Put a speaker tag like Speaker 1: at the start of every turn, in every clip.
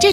Speaker 1: 这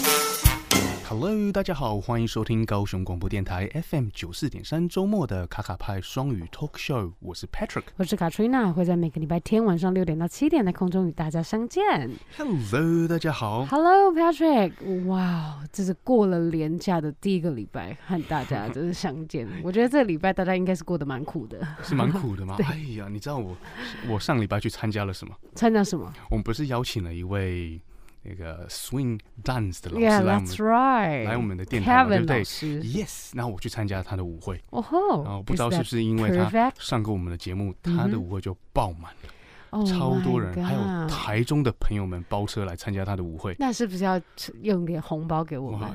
Speaker 2: Hello，大家好，欢迎收听高雄广播电台 FM 九四点三周末的卡卡派双语 Talk Show，我是 Patrick。
Speaker 3: 我是 Katrina，会在每个礼拜天晚上六点到七点在空中与大家相见。
Speaker 2: Hello，大家好。
Speaker 3: Hello Patrick，哇，这是过了年假的第一个礼拜和大家就是 相见。我觉得这个礼拜大家应该是过得蛮苦的。
Speaker 2: 是蛮苦的吗？哎呀，你知道我我上礼拜去参加了什么？
Speaker 3: 参加什么
Speaker 2: 我们不是邀请了一位那个 swing dance 的老师
Speaker 3: ？Yeah,
Speaker 2: 来我们
Speaker 3: that's right。
Speaker 2: 来我们的电台嘛，对不
Speaker 3: Kevin
Speaker 2: 对
Speaker 3: 老师，
Speaker 2: ？Yes，然后我去参加他的舞会，
Speaker 3: 哦吼，
Speaker 2: 然后不知道是不是因为他
Speaker 3: perfect？
Speaker 2: 上过我们的节目，他的
Speaker 3: 嗯哼
Speaker 2: 舞会就爆满了，
Speaker 3: Oh
Speaker 2: 超多
Speaker 3: my
Speaker 2: 人，还有
Speaker 3: God
Speaker 2: 台中的朋友们包车来参加他的舞会。
Speaker 3: 那是不是要用点红包给我
Speaker 2: 哇
Speaker 3: 们？，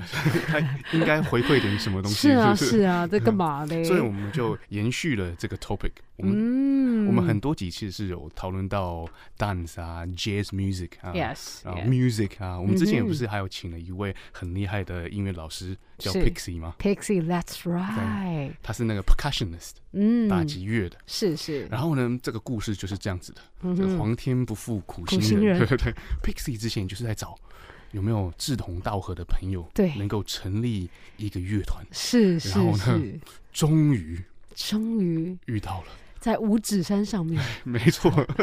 Speaker 2: 他应该回馈点什么东西，
Speaker 3: 是啊，
Speaker 2: 不
Speaker 3: 是啊，这 干嘛嘞？
Speaker 2: 所以我们就延续了这个 topic，我们
Speaker 3: 嗯，
Speaker 2: 我们很多几次是有讨论到 dance 啊、jazz music 啊
Speaker 3: yes，
Speaker 2: 然后
Speaker 3: yes
Speaker 2: music 啊，我们之前也
Speaker 3: 嗯哼
Speaker 2: 不是还有请了一位很厉害的音乐老师叫
Speaker 3: 是
Speaker 2: Pixie 吗？
Speaker 3: Pixie，That's right，
Speaker 2: 他是那个 percussionist，
Speaker 3: 嗯，
Speaker 2: 打击乐的。
Speaker 3: 是是，
Speaker 2: 然后呢，这个故事就是这样子的：
Speaker 3: 嗯
Speaker 2: 这个
Speaker 3: 哼
Speaker 2: 皇天不负苦
Speaker 3: 苦
Speaker 2: 心
Speaker 3: 心
Speaker 2: 人，
Speaker 3: 人
Speaker 2: 对对对。Pixie 之前就是在找有没有志同道合的朋友，
Speaker 3: 对
Speaker 2: 能够成立一个乐团。
Speaker 3: 是
Speaker 2: 然后
Speaker 3: 是
Speaker 2: 呢
Speaker 3: 是，
Speaker 2: 终于
Speaker 3: 终于
Speaker 2: 遇到了，
Speaker 3: 在五指山上面，
Speaker 2: 没错。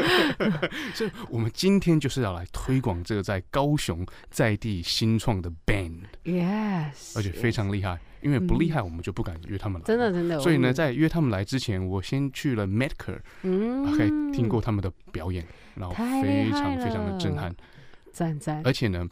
Speaker 2: 所以我们今天就是要来推广这个在高雄在地新创的 band，
Speaker 3: yes，
Speaker 2: 而且非
Speaker 3: yes
Speaker 2: 常厉害。因为不
Speaker 3: 嗯
Speaker 2: 厉害，我们就不敢约他们来。
Speaker 3: 真的真的，
Speaker 2: 所以
Speaker 3: 我
Speaker 2: 呢，
Speaker 3: 们
Speaker 2: 在约他们来之前，我先去了 Medker，
Speaker 3: 嗯
Speaker 2: 可以听过他们的表演，然后
Speaker 3: 太
Speaker 2: 非
Speaker 3: 厉
Speaker 2: 常
Speaker 3: 害
Speaker 2: 非常的震
Speaker 3: 了
Speaker 2: 撼。
Speaker 3: 赞赞，
Speaker 2: 而且呢，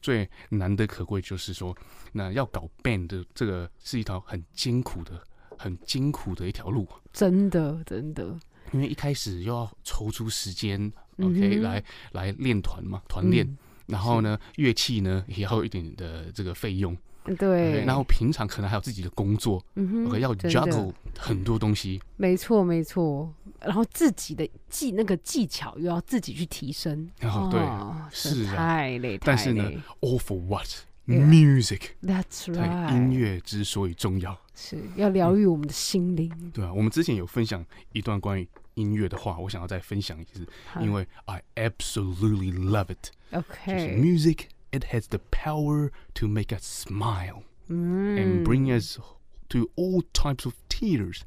Speaker 2: 最难得可贵就是说，那要搞 band 的这个是一条很艰苦的、很艰苦的一条路，
Speaker 3: 真的真的，
Speaker 2: 因为一开始又要抽出时间
Speaker 3: 嗯哼
Speaker 2: ，OK，来来练团嘛，团练。
Speaker 3: 嗯
Speaker 2: 然后呢，乐器呢也要有一点的这个费用
Speaker 3: 嗯对，
Speaker 2: ，OK，然后平常可能还有自己的工作
Speaker 3: 嗯哼
Speaker 2: ，OK，要
Speaker 3: 真的
Speaker 2: juggle 很多东西，
Speaker 3: 没错没错，然后自己的技那个技巧又要自己去提升，
Speaker 2: 哦对
Speaker 3: 哦这
Speaker 2: 是啊
Speaker 3: 太累，
Speaker 2: 但
Speaker 3: 太
Speaker 2: 是呢
Speaker 3: 累
Speaker 2: ，all for what
Speaker 3: Yeah
Speaker 2: music，
Speaker 3: ，That's
Speaker 2: 对，
Speaker 3: right，
Speaker 2: 音乐之所以重要，
Speaker 3: 是要疗愈我们的心灵，
Speaker 2: 对啊，我们之前有分享一段关于音乐的话，我想要再分享一次，因为 I absolutely love it，就是嗯
Speaker 3: OK，
Speaker 2: music it has the power to make us smile。and
Speaker 3: 嗯
Speaker 2: bring us to all types of tears.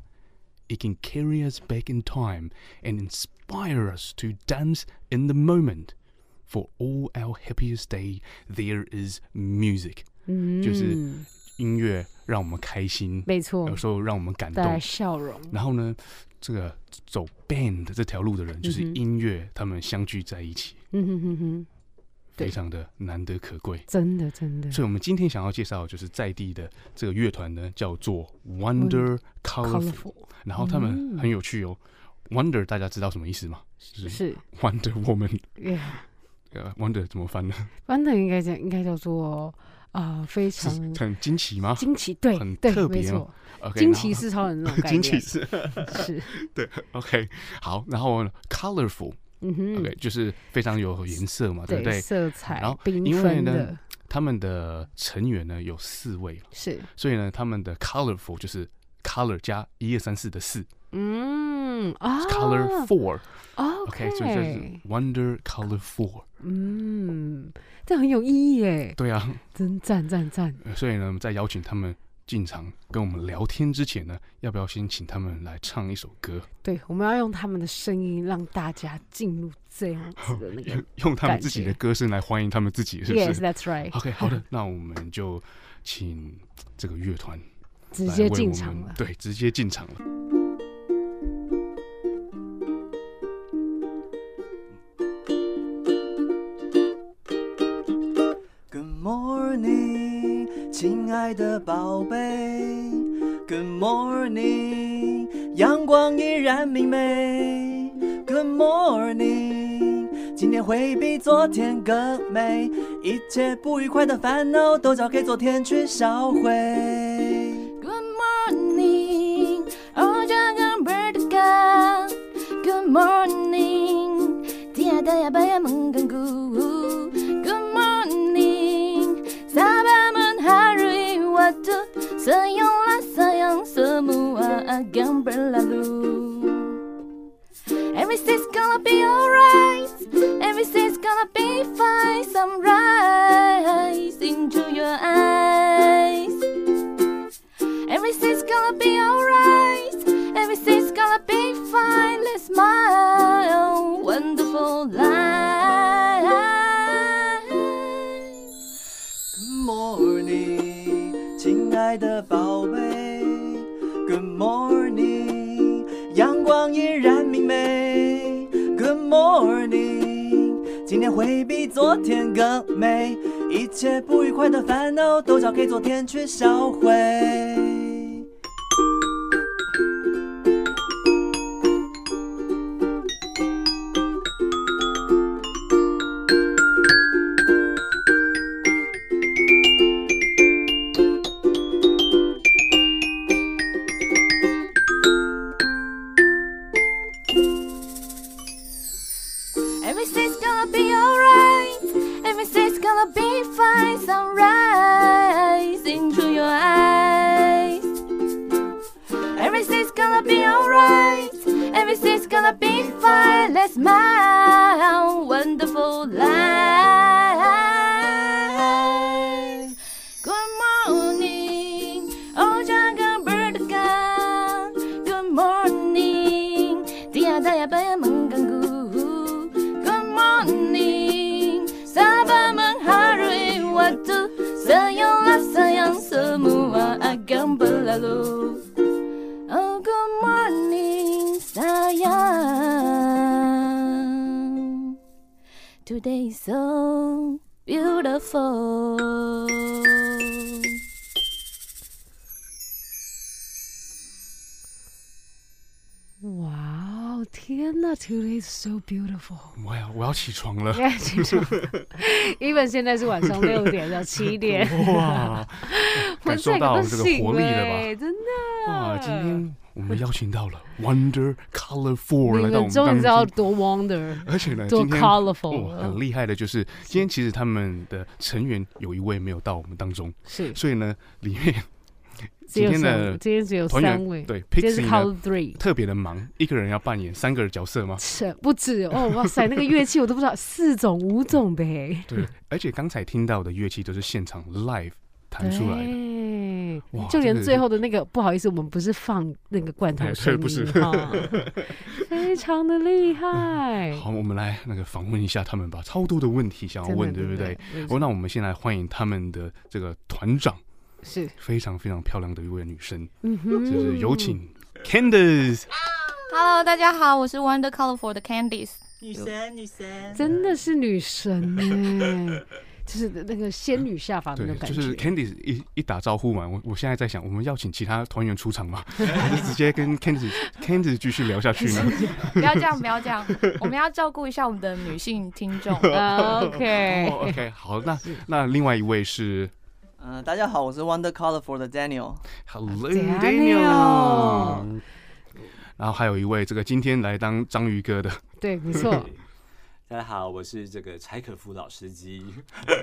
Speaker 2: It can carry us back in time and inspire us to dance in the moment. For all our happiest day, there is music. 就是
Speaker 3: 嗯
Speaker 2: 音乐让我们开心，
Speaker 3: 没错
Speaker 2: 有，时候让我们感
Speaker 3: 带来
Speaker 2: 动。
Speaker 3: 笑容，
Speaker 2: 然后呢，这个走 band 这条路的人，就是
Speaker 3: 嗯哼
Speaker 2: 音乐，他们相聚在一起，
Speaker 3: 嗯哼哼哼，对嗯
Speaker 2: 非常的难得可贵。
Speaker 3: 真的真的
Speaker 2: 所以，我们今天想要介绍的就是在地的这个乐团呢，叫做 Wonder Colorful。
Speaker 3: ，colorful
Speaker 2: 然后他们很有趣哦。Wonder 大家知道什么意思吗？就是 Wonder Woman，
Speaker 3: ，Yeah，
Speaker 2: 呃，Wonder 怎么翻呢？
Speaker 3: 完的应该叫应该叫做啊、非
Speaker 2: 是
Speaker 3: 常
Speaker 2: 很惊奇吗
Speaker 3: 惊奇，对
Speaker 2: 很
Speaker 3: 对
Speaker 2: 特，
Speaker 3: 没
Speaker 2: 别
Speaker 3: 错
Speaker 2: 哦，？OK，
Speaker 3: 惊
Speaker 2: 然后
Speaker 3: 奇四超人那种 概
Speaker 2: 惊
Speaker 3: 念，
Speaker 2: 奇是
Speaker 3: 是，
Speaker 2: OK，好，然后 Colorful，OK，、
Speaker 3: 嗯哼
Speaker 2: OK，就是非常有颜色嘛，对不对？
Speaker 3: 色彩，
Speaker 2: 然后因
Speaker 3: 缤
Speaker 2: 为
Speaker 3: 纷
Speaker 2: 呢
Speaker 3: 的，
Speaker 2: 他们的成员呢有四位，
Speaker 3: 是，
Speaker 2: 所以呢，他们的 Colorful 就是 Color 加一二三四的四、
Speaker 3: 嗯啊
Speaker 2: c o l o r Four，OK，、
Speaker 3: ，OK，
Speaker 2: 所以就是 Wonder Color Four，
Speaker 3: 嗯，这很有意义耶，
Speaker 2: 对啊，
Speaker 3: 真赞赞赞，
Speaker 2: 呃所以呢，我们在邀请他们进场跟我们聊天之前呢，要不要先请他们来唱一首歌，
Speaker 3: 对，我们要用他们的声音让大家进入这样子的那 个
Speaker 2: 用他们自己的
Speaker 3: 感觉
Speaker 2: 歌声来欢迎他们自己，是不是
Speaker 3: ，Yes，that's right，
Speaker 2: ？OK，好的，那我们就请这个乐团
Speaker 3: 直
Speaker 2: 来
Speaker 3: 接
Speaker 2: 为我
Speaker 3: 进
Speaker 2: 们
Speaker 3: 场了，
Speaker 2: 对，直接进场了。
Speaker 4: Good morning，亲爱的宝贝。Good morning，阳光依然明媚。Good morning，今天会比昨天更美，一切不愉快的烦恼都交给昨天去销毁。
Speaker 5: Good morning，哦，阳光 bird sky。Good morning，
Speaker 6: 呀哒呀吧呀蒙根古，Good morning，萨巴曼哈瑞瓦杜，色用啦色用色木啊啊甘布拉鲁。Everything's gonna be alright. Everything's gonna be fine. Sunrise into your eyes. Everything's gonna be alright. Everything's gonna be fine. Let's smile. Wonderful life.
Speaker 4: Good morning，亲爱的宝贝。Good morning，阳光依然明媚。Good morning，今天会比昨天更美，一切不愉快的烦恼都交给昨天去销毁。
Speaker 6: Everything's gonna be alright. Everything's gonna be fine. Sunrise into your eyes. Everything's gonna be alright. Everything's gonna be fine. Let's smile. Wonderful life. Good morning. Oh, jungle bird gun. Good morning. Dia daya baya mengganggu. Good morning. Sabah mengharui waktu. Sayanglah sayang semua akan berlalu. Oh, good morning, sayang. Today is so beautiful.
Speaker 3: 哇哦，天呐，Today is so beautiful。
Speaker 2: 我要我要起床了。
Speaker 3: 现在清楚，一本现在是晚 上六点到七点，
Speaker 2: 哇，感受到这个活力了吧？
Speaker 3: 哎真的。
Speaker 2: 哇，今天我们邀请到了 Wonder Color Four 来
Speaker 3: 嗯你
Speaker 2: 到我
Speaker 3: 们
Speaker 2: 们
Speaker 3: 终于
Speaker 2: 当
Speaker 3: 知道
Speaker 2: 中。
Speaker 3: 多 wonder，
Speaker 2: 而且呢，
Speaker 3: 多
Speaker 2: 哎今天
Speaker 3: colorful
Speaker 2: 哦
Speaker 3: 了
Speaker 2: 很厉害的就是，今天其实他们的成员有一位没有到我们当中，
Speaker 3: 是
Speaker 2: 所以呢，里面
Speaker 3: 只
Speaker 2: 今
Speaker 3: 有
Speaker 2: 天的
Speaker 3: 三，今天只有
Speaker 2: 团
Speaker 3: 三位，
Speaker 2: 员对
Speaker 3: 今天是
Speaker 2: Pixie 呢
Speaker 3: Color Three，
Speaker 2: 特别的忙，一个人要扮演三个角色吗？
Speaker 3: 是不止哦，哇塞，那个乐器我都不知道，四种五种的耶，
Speaker 2: 对，而且刚才听到的乐器都是现场 live 弹出来的，
Speaker 3: 对
Speaker 2: 哇，这
Speaker 3: 就连
Speaker 2: 个
Speaker 3: 最后的那个，不好意思，我们不是放那个罐头
Speaker 2: 哎
Speaker 3: 声
Speaker 2: 对 不是
Speaker 3: 音哈，非常的厉害，
Speaker 2: 好，我们来那个访问一下他们吧，超多的问题想要
Speaker 3: 真的
Speaker 2: 问，对不
Speaker 3: 真的
Speaker 2: 对？
Speaker 3: 没
Speaker 2: 哦，
Speaker 3: 错
Speaker 2: 那我们先来欢迎他们的这个团长，
Speaker 3: 是，
Speaker 2: 非常非常漂亮的一位女生，
Speaker 3: 嗯哼，
Speaker 2: 就是有请 Candice。
Speaker 6: Hello，大家好，我是 Wonder Colorful 的 Candice。
Speaker 4: 女神，女神
Speaker 3: 真的是女神呢，就是那个仙女下凡的那
Speaker 2: 对
Speaker 3: 种，啊感
Speaker 2: 就
Speaker 3: 觉，
Speaker 2: 是 Candice 一一打招呼完，我我现在在想，我们要请其他团员出 场吗？还是直接跟 Candice Candice 继续聊下去呢？
Speaker 6: 不要这样，不要这样，我们要照顾一下我们的女性听 众。
Speaker 3: OK，
Speaker 2: 哦，OK，好，那那另外一位是
Speaker 4: 嗯、大家好，我是 Wonder Colorful 的 Daniel。
Speaker 3: 啊
Speaker 2: Hello
Speaker 3: Daniel
Speaker 2: Daniel，然后还有一位这个今天来当章鱼哥的，
Speaker 3: 对，没错，
Speaker 7: 大家好，我是这个柴可夫老司机，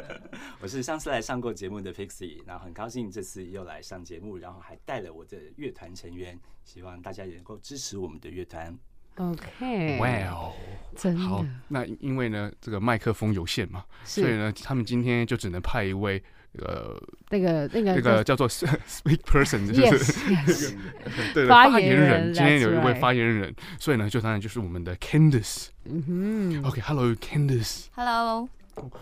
Speaker 7: 我是上次来上过节目的 Pixie，然后很高兴这次又来上节目，然后还带了我的乐团成员，希望大家也能够支持我们的乐团。
Speaker 3: OK，
Speaker 2: 哇哦，
Speaker 3: 真
Speaker 2: 好
Speaker 3: 的，
Speaker 2: 那因为呢这个麦克风有限嘛，所以
Speaker 3: 是
Speaker 2: 呢他们今天就只能派一位呃
Speaker 3: 那个那个
Speaker 2: 那个叫做 speak person，就是
Speaker 3: Yes Yes，
Speaker 2: 对
Speaker 3: 发
Speaker 2: 发言
Speaker 3: 言
Speaker 2: 人，
Speaker 3: 人
Speaker 2: 今天
Speaker 3: that's
Speaker 2: 有一位
Speaker 3: right
Speaker 2: 发言人，所以呢，就当然就是我们的 Candice。
Speaker 3: 嗯哼，
Speaker 2: OK，Hello、Candice，
Speaker 6: Hello，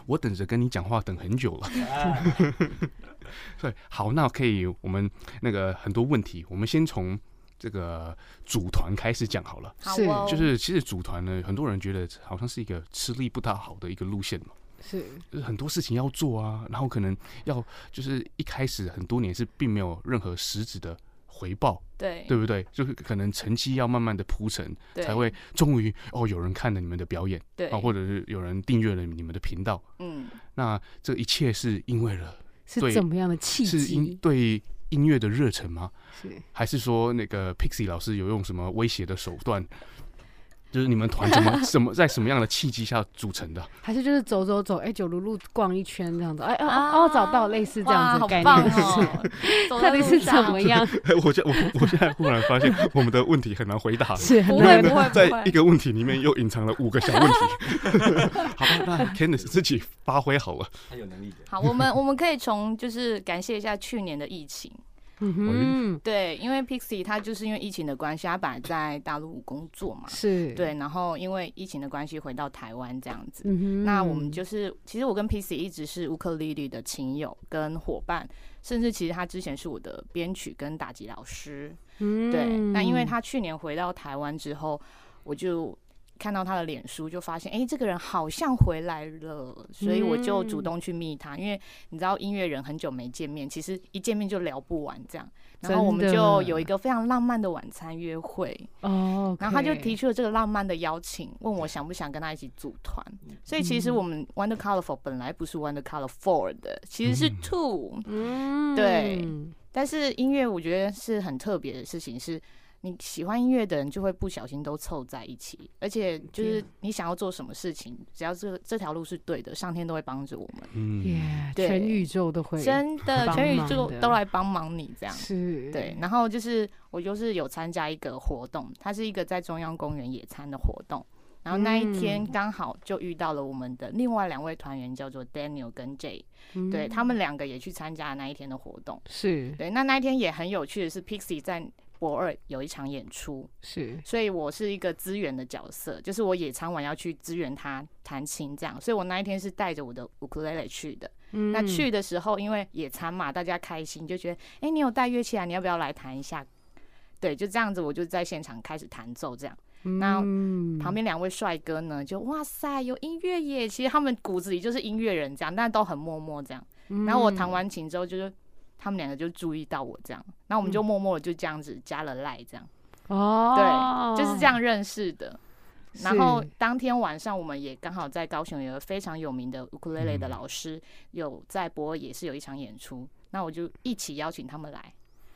Speaker 2: 我等着跟你讲话等很久了。
Speaker 3: 啊
Speaker 2: 对，好，那可以，我们那个很多问题，我们先从这个组团开始讲好了。
Speaker 6: 好
Speaker 3: 是
Speaker 6: 哦，
Speaker 2: 就是其实组团呢，很多人觉得好像是一个吃力不讨好的一个路线嘛，
Speaker 3: 是
Speaker 2: 就是很多事情要做啊，然后可能要就是一开始很多年是并没有任何实质的回报，
Speaker 6: 对
Speaker 2: 对不对？就是可能成绩要慢慢的铺陈，
Speaker 6: 对
Speaker 2: 才会终于哦有人看了你们的表演
Speaker 6: 对
Speaker 2: 啊，，或者是有人订阅了你们的频道。
Speaker 6: 嗯，
Speaker 2: 那这一切是因为了对
Speaker 3: 是怎么样的契
Speaker 2: 是因
Speaker 3: 机？
Speaker 2: 对音乐的热忱吗？
Speaker 3: 是
Speaker 2: 还是说那个 Pixie 老师有用什么威胁的手段？就是你们团怎 么怎么在什么样的契机下组成的？
Speaker 3: 还是就是走走走，哎，九如路逛一圈这样子，哎哦
Speaker 5: 啊
Speaker 3: 哦哦，找到类似这样
Speaker 5: 哇，
Speaker 3: 子的
Speaker 5: 好
Speaker 3: 概
Speaker 5: 棒
Speaker 3: 念，是不是
Speaker 5: 哦！ 走在
Speaker 3: 到底
Speaker 5: 路
Speaker 3: 是怎
Speaker 5: 上
Speaker 3: 么 样？
Speaker 2: 我现我我现在忽然发现我们的问题很难回 答了。
Speaker 3: 是
Speaker 5: 不
Speaker 2: 因为
Speaker 5: 会
Speaker 2: 呢
Speaker 5: 不会不
Speaker 2: 在一
Speaker 5: 会，
Speaker 2: 个问题里面又隐藏了五个小问题。 好吧，那 Candice 自己发挥好 了。
Speaker 7: 他有能力的。
Speaker 6: 好，我们我们可以从就是感谢一下去年的疫情，
Speaker 3: 嗯哼，
Speaker 6: 对，因为 Pixie 他就是因为疫情的关系，他本来在大陆工作嘛，
Speaker 3: 是，，
Speaker 6: 对，然后因为疫情的关系回到台湾这样子。
Speaker 3: 嗯哼，
Speaker 6: 那我们就是，其实我跟 Pixie 一直是乌克丽丽的亲友跟伙伴，甚至其实他之前是我的编曲跟打击老师，
Speaker 3: 嗯，
Speaker 6: 对，那因为他去年回到台湾之后，我就看到他的脸书，就发现哎、诶这个人好像回来了，所以我就主
Speaker 3: 嗯
Speaker 6: 动去密他，因为你知道音乐人很久没见面，其实一见面就聊不完这样。然后我们
Speaker 3: 真的
Speaker 6: 就有一个非常浪漫的晚餐约会，
Speaker 3: 哦，
Speaker 6: 然后他就提出了这个浪漫的邀请，问我想不想跟他一起组团。所以其
Speaker 3: 嗯
Speaker 6: 实我们 Wonder Colorful 本来不是 Wonder Colorful 的，其实是
Speaker 2: 嗯
Speaker 6: Two，
Speaker 3: 嗯，
Speaker 6: 对但是音乐我觉得是很特别的事情，是你喜欢音乐的人就会不小心都凑在一起，而且
Speaker 3: 嗯
Speaker 6: 就是你想要做什么事情，只要这这条路是对的，上天都会帮着我们，
Speaker 2: 嗯，
Speaker 3: 耶，
Speaker 6: 对
Speaker 3: 全宇宙都会，
Speaker 6: 真的
Speaker 3: 帮
Speaker 6: 全宇
Speaker 3: 忙
Speaker 6: 宙
Speaker 3: 的
Speaker 6: 都来帮忙你这样。
Speaker 3: 是，
Speaker 6: 对，，然后就是我就是有参加一个活动，它是一个在中央公园野餐的活动，然后那一天
Speaker 3: 嗯
Speaker 6: 刚好就遇到了我们的另外两位团员，叫做 Daniel 跟 J，、对他们两个也去参加那一天的活动。
Speaker 3: 嗯是
Speaker 6: 对，那那一天也很有趣的是，Pixie 在博二有一场演出，
Speaker 3: 是，
Speaker 6: 所以我是一个资源的角色，就是我野餐完要去支援他弹琴这样，所以我那一天是带着我的 ukulele 去的。
Speaker 3: 那
Speaker 6: 那去的时候，因为野餐嘛，大家开心就觉得，哎、你有带乐器啊，你要不要来弹一下？对，就这样子，我就在现场开始弹奏这样。
Speaker 3: 嗯
Speaker 6: 那旁边两位帅哥呢，就哇塞，有音乐耶！其实他们骨子里就是音乐人这样，但都很默默这样。
Speaker 3: 嗯
Speaker 6: 然后
Speaker 2: 嗯
Speaker 6: 我弹完琴之后，就是他们两个就注意到我这样，然
Speaker 2: 嗯
Speaker 6: 后我们就默默的就这样子加了赖这样，
Speaker 3: 哦，
Speaker 6: 就是这样认识的。然后
Speaker 3: 是
Speaker 6: 当天晚上，我们也刚好在高雄有个非常有名的乌克丽丽的
Speaker 2: 嗯
Speaker 6: 老师，有在博尔也是有一场演出，那我就一起邀请他们来。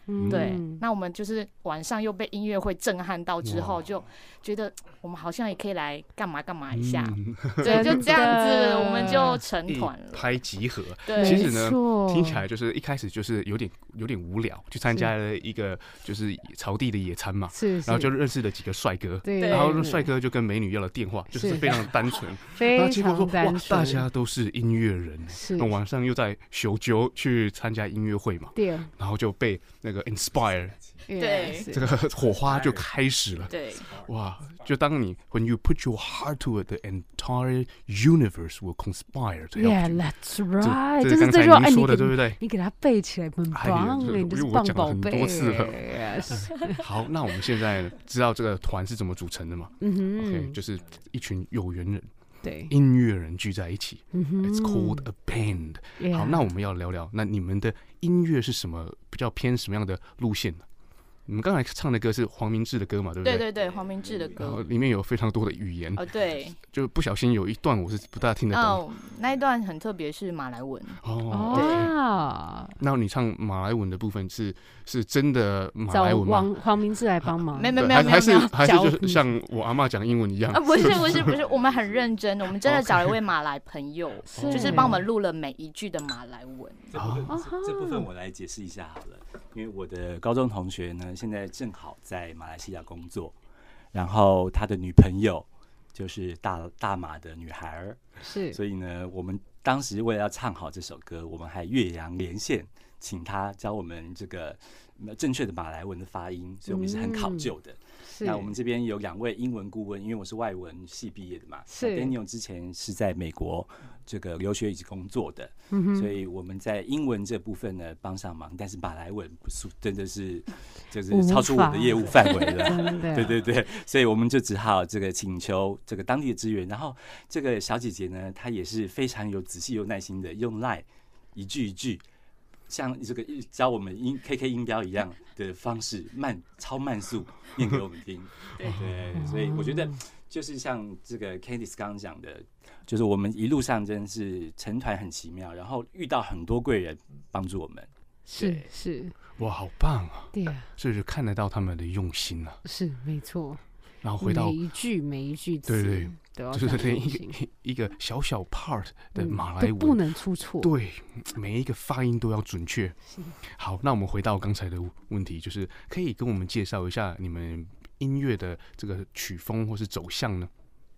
Speaker 3: 嗯，
Speaker 6: 对，那我们就是晚上又被音乐会震撼到之后，
Speaker 2: 哇
Speaker 6: 就觉得我们好像也可以来干嘛干嘛一下，
Speaker 2: 嗯
Speaker 6: 对，就这
Speaker 3: 真
Speaker 6: 样子，
Speaker 3: 的
Speaker 6: 我们就成
Speaker 2: 一
Speaker 6: 团了。
Speaker 2: 拍即合。
Speaker 6: 对，
Speaker 2: 其实呢
Speaker 3: 没错
Speaker 2: 听起来就是一开始就是有点有点无聊，去参加了一个就是草地的野餐嘛，
Speaker 3: 是，
Speaker 2: 然后就是认识了几个帅哥，
Speaker 3: 对，
Speaker 2: 然后
Speaker 3: 是
Speaker 2: 帅哥就跟美女要了电话，就是
Speaker 3: 是
Speaker 2: 非常单纯。那
Speaker 3: 非
Speaker 2: 结果说
Speaker 3: 常
Speaker 2: 哇
Speaker 3: 单，
Speaker 2: 大
Speaker 3: 纯，
Speaker 2: 家都是音乐人，
Speaker 3: 是
Speaker 2: 那晚上又在修酒去参加音乐会嘛，
Speaker 3: 对
Speaker 2: 然后就被那个 inspire
Speaker 6: 对
Speaker 2: 这个火花就开始了。
Speaker 6: 对，
Speaker 2: 哇，就当你 when you put your heart to it, the entire universe will conspire to help
Speaker 3: Yeah,
Speaker 2: you。
Speaker 3: that's right，
Speaker 2: 这
Speaker 3: 就
Speaker 2: 刚
Speaker 3: 是
Speaker 2: 才
Speaker 3: 这句话，哎，
Speaker 2: 您
Speaker 3: 你
Speaker 2: 说的
Speaker 3: 给
Speaker 2: 对不对？
Speaker 3: 你给他背起来，很
Speaker 2: 哎呀
Speaker 3: 棒
Speaker 2: 这
Speaker 3: 哎，
Speaker 2: 因
Speaker 3: 你就
Speaker 2: 为
Speaker 3: 是
Speaker 2: 我
Speaker 3: 棒
Speaker 2: 讲了
Speaker 3: 宝
Speaker 2: 很多
Speaker 3: 贝。
Speaker 2: 次了
Speaker 3: Yes，
Speaker 2: 好，那我们现在知道这个团是怎么组成的嘛？OK，
Speaker 3: 嗯哼，
Speaker 2: 就是一群有缘人，
Speaker 3: 对，
Speaker 2: 音乐人聚在一起。
Speaker 3: 嗯哼
Speaker 2: It's called a band。好，
Speaker 3: Yeah
Speaker 2: 那我们要聊聊，那你们的音乐是什么？比较偏什么样的路线呢？你们刚才唱的歌是黄明志的歌嘛，对不
Speaker 6: 对
Speaker 2: 对
Speaker 6: 对对，黄明志的
Speaker 2: 然后
Speaker 6: 歌，
Speaker 2: 里面有非常多的语言，
Speaker 6: 哦对，
Speaker 2: 就不小心有一段我是不大听得懂。
Speaker 6: 哦，那一段很特别，是马来文，
Speaker 2: 哦，
Speaker 3: 哦，
Speaker 2: 那你唱马来文的部分是是真的马
Speaker 3: 找
Speaker 2: 来文啊吗？
Speaker 3: 黄黄明志 来帮忙，
Speaker 6: 哎没
Speaker 2: 嗯对
Speaker 6: 没没有
Speaker 2: 还
Speaker 6: 没有
Speaker 2: 还是
Speaker 6: 没有
Speaker 2: 还是
Speaker 3: 教
Speaker 2: 就是像我阿嬷讲英文一样
Speaker 6: 啊，，不是不是不是，我们很认真，我们真的找了一位马来朋友，
Speaker 2: 哦
Speaker 3: 是
Speaker 6: 就是帮我们录了每一句的马来文。
Speaker 7: 这部分、这这部分我来解释一下好了，因为我的高中同学呢，现在正好在马来西亚工作，然后他的女朋友就是大大马的女孩儿，
Speaker 3: 是
Speaker 7: 所以呢，我们当时为了要唱好这首歌，我们还岳阳连线，请他教我们这个呃正确的马来文的发音，所以我们是很考
Speaker 3: 嗯
Speaker 7: 究的。
Speaker 3: 是，
Speaker 7: 那我们这边有两位英文顾问，因为我是外文系毕业的嘛，
Speaker 3: 是
Speaker 7: 那 Daniel 之前是在美国这个留学以及工作的，
Speaker 3: 嗯
Speaker 7: 所以我们在英文这部分呢帮上忙，但是马来文不是真的是就是
Speaker 3: 无
Speaker 7: 超出我
Speaker 3: 法
Speaker 7: 的业务范围 了。
Speaker 3: 真的
Speaker 7: 对啊对对，所以我们就只好这个请求这个当地的资源，然后这个小姐姐呢，她也是非常有仔细有耐心的，用 line 一句一句，像这个教我们音 KK 音标一样的方式，慢超慢速念给我们听。 对对，所以我觉得就是像这个 Candice 刚刚讲的，就是我们一路上真是成团很奇妙，然后遇到很多贵人帮助我们。
Speaker 3: 是是，
Speaker 2: 哇，好棒啊！
Speaker 3: 对啊，
Speaker 2: 所以就看得到他们的用心啊。
Speaker 3: 是没错。
Speaker 2: 然后回到
Speaker 3: 每一句每一句词，
Speaker 2: 对对，
Speaker 3: 都要
Speaker 2: 就是
Speaker 3: 讲
Speaker 2: 那
Speaker 3: 得
Speaker 2: 一
Speaker 3: 清
Speaker 2: 个一个小小 part 的
Speaker 3: 嗯
Speaker 2: 马来
Speaker 3: 都不
Speaker 2: 文，
Speaker 3: 能出错。
Speaker 2: 对每一个发音都要准确。好，那我们回到刚才的问题，就是可以跟我们介绍一下你们音乐的这个曲风或是走向呢？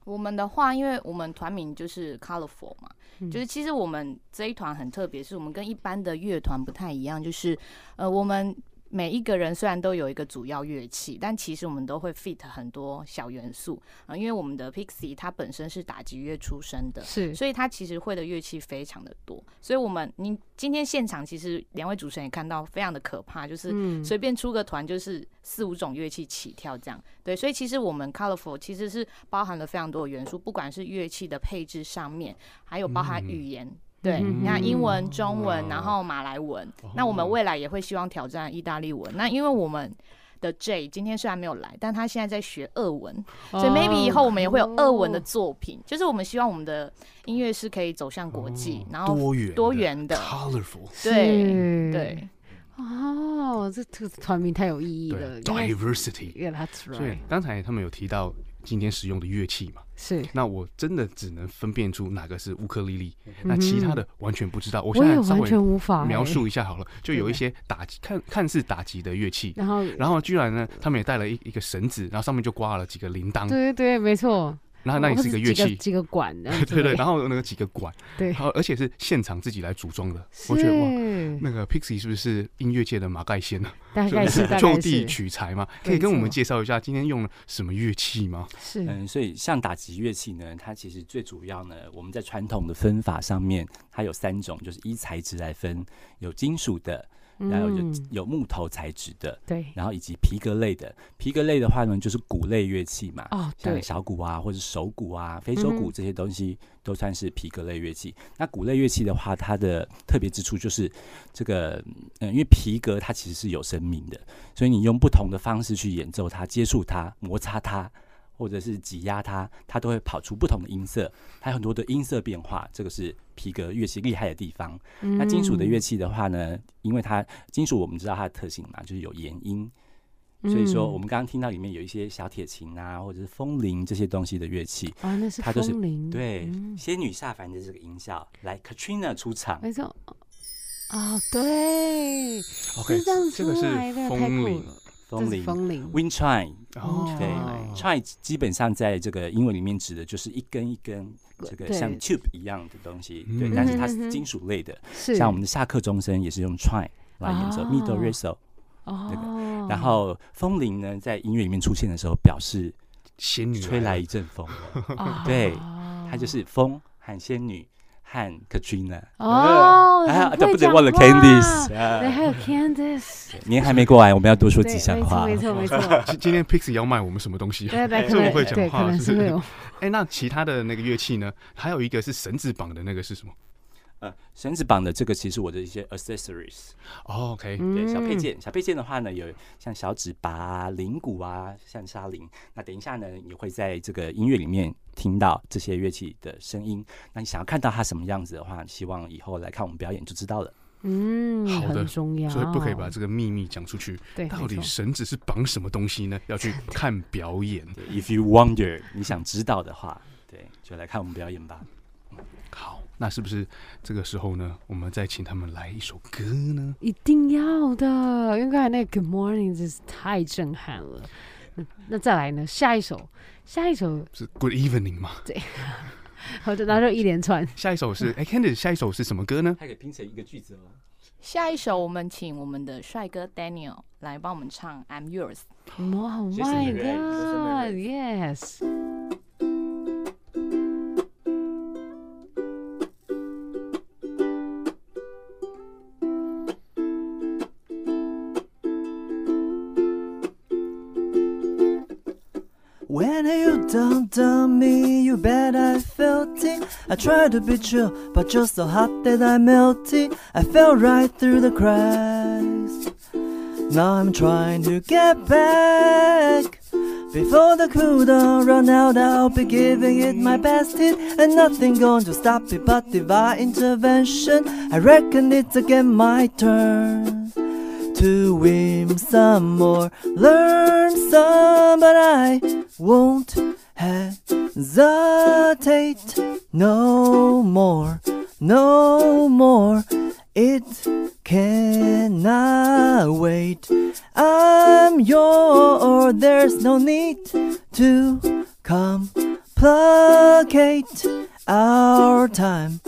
Speaker 6: 我们的话，因为我们团名就是 Colorful 嘛，
Speaker 3: 嗯
Speaker 2: 嗯
Speaker 6: 就是其实我们这一团很特别，是我们跟一般的乐团不太一样，就是呃，我们每一个人虽然都有一个主要乐器，但其实我们都会 fit 很多小元素啊、呃因为我们的 Pixie 它本身是打击乐出身的，
Speaker 3: 是
Speaker 6: 所以他其实会的乐器非常的多，所以我们你今天现场其实两位主持人也看到，非常的可怕，就是
Speaker 3: 嗯
Speaker 6: 随便出个团就是四五种乐器起跳这样。对，所以其实我们 Colorful 其实是包含了非常多的元素，不管是乐器的配置上面，还有包含语言。对，
Speaker 3: 嗯
Speaker 6: 你看英文、中
Speaker 2: 哦
Speaker 6: 文，然后马来文。那我们未来也会希望挑战意大利文。那因为我们的 J 今天虽然没有来，但他现在在学俄文，所
Speaker 3: 哦
Speaker 6: 以 maybe 以后我们也会有俄文的作品，就是我们希望我们的音乐是可以走向国际，然后
Speaker 2: 哦多元
Speaker 6: 多元的，
Speaker 2: colorful，
Speaker 6: 对
Speaker 3: 是
Speaker 6: 对，
Speaker 3: 哦，这这个团名太有意义了
Speaker 2: 对。diversity。
Speaker 3: Yeah, that's
Speaker 2: 所以
Speaker 3: right。
Speaker 2: 刚才他们有提到今天使用的乐器嘛，
Speaker 3: 是，
Speaker 2: 那我真的只能分辨出哪个是乌克丽丽，那其他的完全不知道。我现
Speaker 3: 嗯我也
Speaker 2: 在稍
Speaker 3: 完
Speaker 2: 微
Speaker 3: 全无法
Speaker 2: 描
Speaker 3: 欸。
Speaker 2: 述一下好了，就有一些打击看看似打击的乐器，
Speaker 3: 然后，
Speaker 2: 然后居然呢，他们也带了一一个绳子，然后上面就挂了几个铃铛，
Speaker 3: 对对对，没错。
Speaker 2: 然啊后那也
Speaker 3: 或
Speaker 2: 是一个
Speaker 3: 几
Speaker 2: 乐器，
Speaker 3: 几个管这样
Speaker 2: 对
Speaker 3: 子的，
Speaker 2: 对对，然后那个几个管，
Speaker 3: 对
Speaker 2: 然后而且是现场自己来组装的，
Speaker 3: 是
Speaker 2: 我觉得哇。那个 Pixie 是不是音乐界的马盖先呢？
Speaker 3: 大概
Speaker 2: 是
Speaker 3: 是
Speaker 2: 不
Speaker 3: 大
Speaker 2: 是
Speaker 3: 概
Speaker 2: 就
Speaker 3: 是
Speaker 2: 地取材嘛？可以
Speaker 3: 没
Speaker 2: 跟我们
Speaker 3: 错
Speaker 2: 介绍一下今天用了什么乐器吗？
Speaker 3: 是
Speaker 7: 嗯，所以像打击乐器呢，它其实最主要呢，我们在传统的分法上面，它有三种，就是依材质来分，有金属的，然后有、
Speaker 3: 嗯
Speaker 7: 有木头材质的，
Speaker 3: 对
Speaker 7: 然后以及皮革类的。皮革类的话呢，就是鼓类乐器嘛，
Speaker 3: 哦对
Speaker 7: 像小鼓啊，或者手鼓啊、非洲
Speaker 3: 嗯
Speaker 7: 鼓
Speaker 3: 哼
Speaker 7: 这些东西都算是皮革类乐器。那鼓类乐器的话，它的特别之处就是这个，嗯，因为皮革它其实是有生命的，所以你用不同的方式去演奏它、接触它、摩擦它。或者是挤压它，它都会跑出不同的音色，它有很多的音色变化，这个是皮革乐器厉害的地方。
Speaker 3: 嗯
Speaker 7: 那金属的乐器的话呢，因为它金属我们知道它的特性嘛，就是有延音，所以说
Speaker 3: 嗯
Speaker 7: 我们刚刚听到里面有一些小铁琴啊，或者是风铃这些东西的乐器，
Speaker 3: 啊，那是
Speaker 7: 它就是
Speaker 3: 风铃，
Speaker 7: 对
Speaker 3: 嗯，哎
Speaker 7: 仙女下凡的这个音效，来 Katrina 出场，
Speaker 3: 没错。哦，对，
Speaker 2: OK，
Speaker 3: 是这样
Speaker 2: 这个
Speaker 3: 出
Speaker 2: 是
Speaker 3: 来的太
Speaker 2: 风
Speaker 3: 酷
Speaker 2: 铃
Speaker 3: 了，这
Speaker 7: 风
Speaker 3: 是
Speaker 7: 铃
Speaker 3: 风铃，
Speaker 7: Wind Chime，
Speaker 2: 哦，
Speaker 7: 对，Chime 基本上在这个英文里面指的就是一根一根这个
Speaker 3: 对
Speaker 7: 像 tube 一样的东西，对
Speaker 2: 嗯，
Speaker 7: 但是它
Speaker 3: 嗯哼
Speaker 7: 是
Speaker 3: 哼
Speaker 7: 金属类的，
Speaker 3: 是
Speaker 7: 像我们的下课钟声也是用 Chime 来演奏
Speaker 3: 哦
Speaker 7: Middle r i s o
Speaker 3: 哦，
Speaker 7: 然后风铃呢在音乐里面出现的时候，表示
Speaker 2: 仙女
Speaker 7: 吹来
Speaker 2: 了
Speaker 7: 一阵风，
Speaker 3: 啊
Speaker 7: 对它就是风和仙女和 Katrina。
Speaker 3: 哦，
Speaker 7: 啊，
Speaker 3: 很
Speaker 7: 对
Speaker 3: 会
Speaker 7: 不对？
Speaker 3: 讲
Speaker 7: 忘了
Speaker 3: 话
Speaker 7: Candice，、
Speaker 3: 对，
Speaker 7: 啊、
Speaker 3: 还有 Candice，
Speaker 7: 年还没过完，我们要多说
Speaker 3: 对
Speaker 7: 吉祥
Speaker 3: 没错
Speaker 7: 话。
Speaker 3: 没错没 错，
Speaker 2: 今今天 Pixie 要卖我们什么东西、啊？
Speaker 3: 对对，可
Speaker 2: 这么
Speaker 3: 能
Speaker 2: 会讲
Speaker 3: 对，
Speaker 2: 话
Speaker 3: 可能
Speaker 2: 是
Speaker 3: 是
Speaker 2: 不
Speaker 3: 会
Speaker 2: 是
Speaker 3: 有
Speaker 2: 哎、那其他的那个乐器呢？还有一个是绳子绑的那个是什么、
Speaker 7: 呃，绳子绑的这个其实我的一些 accessories，
Speaker 2: 哦、？OK，
Speaker 7: 对，小配
Speaker 3: 嗯
Speaker 7: 件。小配件的话呢，有像小指拔啊、铃鼓啊、像沙铃。那等一下呢，你会在这个音乐里面听到这些乐器的声音。那你想要看到它什么样子的话，希望以后来看我们表演就知道了。
Speaker 3: 嗯，
Speaker 2: 好的
Speaker 3: 很重要，
Speaker 2: 所以不可以把这个秘密讲出去。
Speaker 3: 对
Speaker 2: 到
Speaker 3: 没
Speaker 2: 底
Speaker 3: 错
Speaker 2: 绳子是绑什么东西呢？要去看表演。
Speaker 7: 对，If you wonder，你想知道的话，对，就来看我们表演吧。
Speaker 2: 好，那是不是这个时候呢，我们再请他们来一首歌呢？
Speaker 3: 一定要的，因为刚才那个 Good Morning 真是太震撼了。嗯那再来呢？下一首，下一首，
Speaker 2: 是 Good Evening 嘛？
Speaker 3: 好的，然后就一连串。
Speaker 2: 下一首
Speaker 3: 嗯
Speaker 2: 是哎 Candice，下一首是什么歌呢？
Speaker 7: 它可以拼成一个句子哦。
Speaker 6: 下一首我们请我们的帅哥 Daniel 来帮我们唱《I'm Yours》。
Speaker 3: 哇，Oh
Speaker 7: Jason
Speaker 3: my
Speaker 7: Mraz，Jason
Speaker 3: God，Yes，
Speaker 4: When you don't on me, you bet I felt it. I tried to be chill, but you're so hot that I melted. I fell right through the cracks. Now I'm trying to get back. Before the cooldown run out, I'll be giving it my best hit, and nothing going to stop it but divine intervention. I reckon it's again my turn to win some or learn some, but I won't hesitate no more, no more. It cannot wait. I'm your, there's no need to complicate. Our time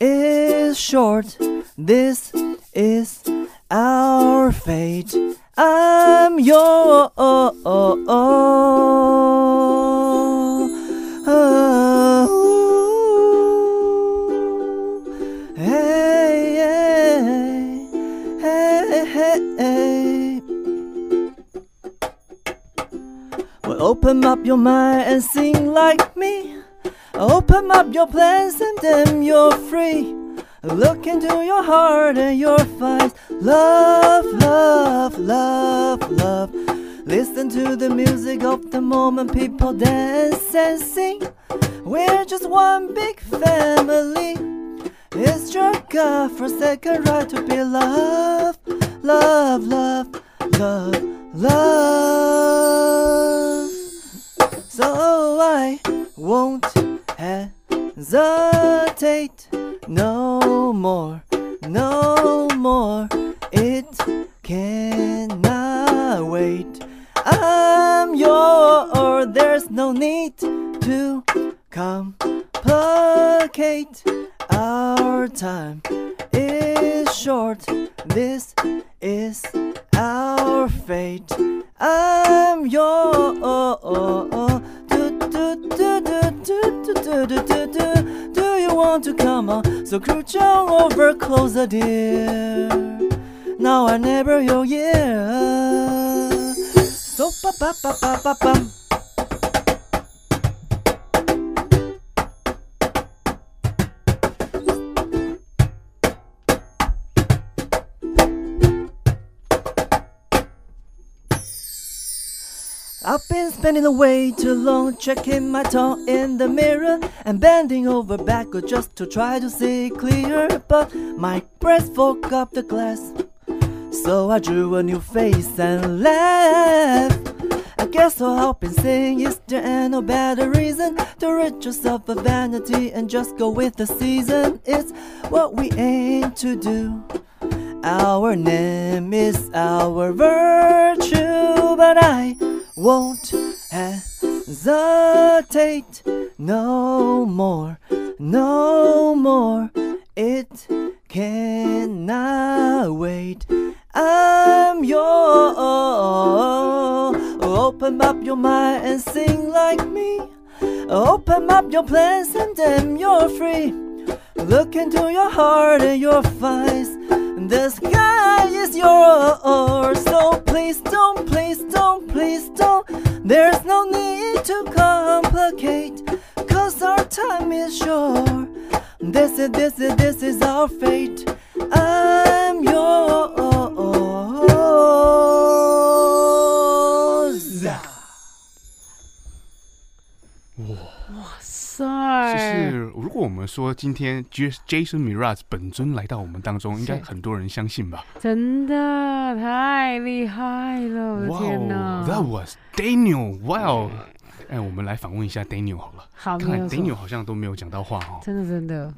Speaker 4: is short, this is our fate. I'm your. Hey, hey, hey, hey, hey. Well, open up your mind and sing like me. Open up your plans and then you're free. Look into your heart and you'll find love, love, love, love. Listen to the music of the moment, people dance and sing. We're just one big family. It's your God forsaken right to be loved, love, love, love, love. So I won't hesitate no more, no more. It cannot wait. I'm your, there's no need to complicate. Our time is short, this is our fate. I'm your. Do, do, do, do, do, do, do, do, do. Do you want to come on? So crouch on over closer, dear. Now I never your year. So ba ba ba ba ba bum. I've been spending away too long, checking my tongue in the mirror and bending over backward just to try to see clear. But my breath fogged up the glass, so I drew a new face and laughed. I guess all I've been saying is there ain't no better reason to rid yourself of vanity and just go with the season. It's what we aim to do. Our name is our virtue, but I won't hesitate no more, no more. It cannot wait. I'm your. Open up your mind and sing like me. Open up your plans and then you're free. Look into your heart and you'll find. The sky is yours, so please don't, please don't, please don't. There's no need to complicate, cause our time is short. This is, this is, this is our fate. I'm yours.
Speaker 2: 就
Speaker 3: ，sorry，
Speaker 2: 是如果我们说今天 J- Jason Mraz 本尊来到我们当中，应该
Speaker 3: 是
Speaker 2: 很多人相信吧？
Speaker 3: 真的太厉害了，我的哦天哪！
Speaker 2: 哦，That was Daniel. Wow，哎，我们来访问一下 Daniel 好了。
Speaker 3: 好，没
Speaker 2: 看
Speaker 3: 有错
Speaker 2: Daniel 好像都没有讲到话哦。
Speaker 3: 真的真的，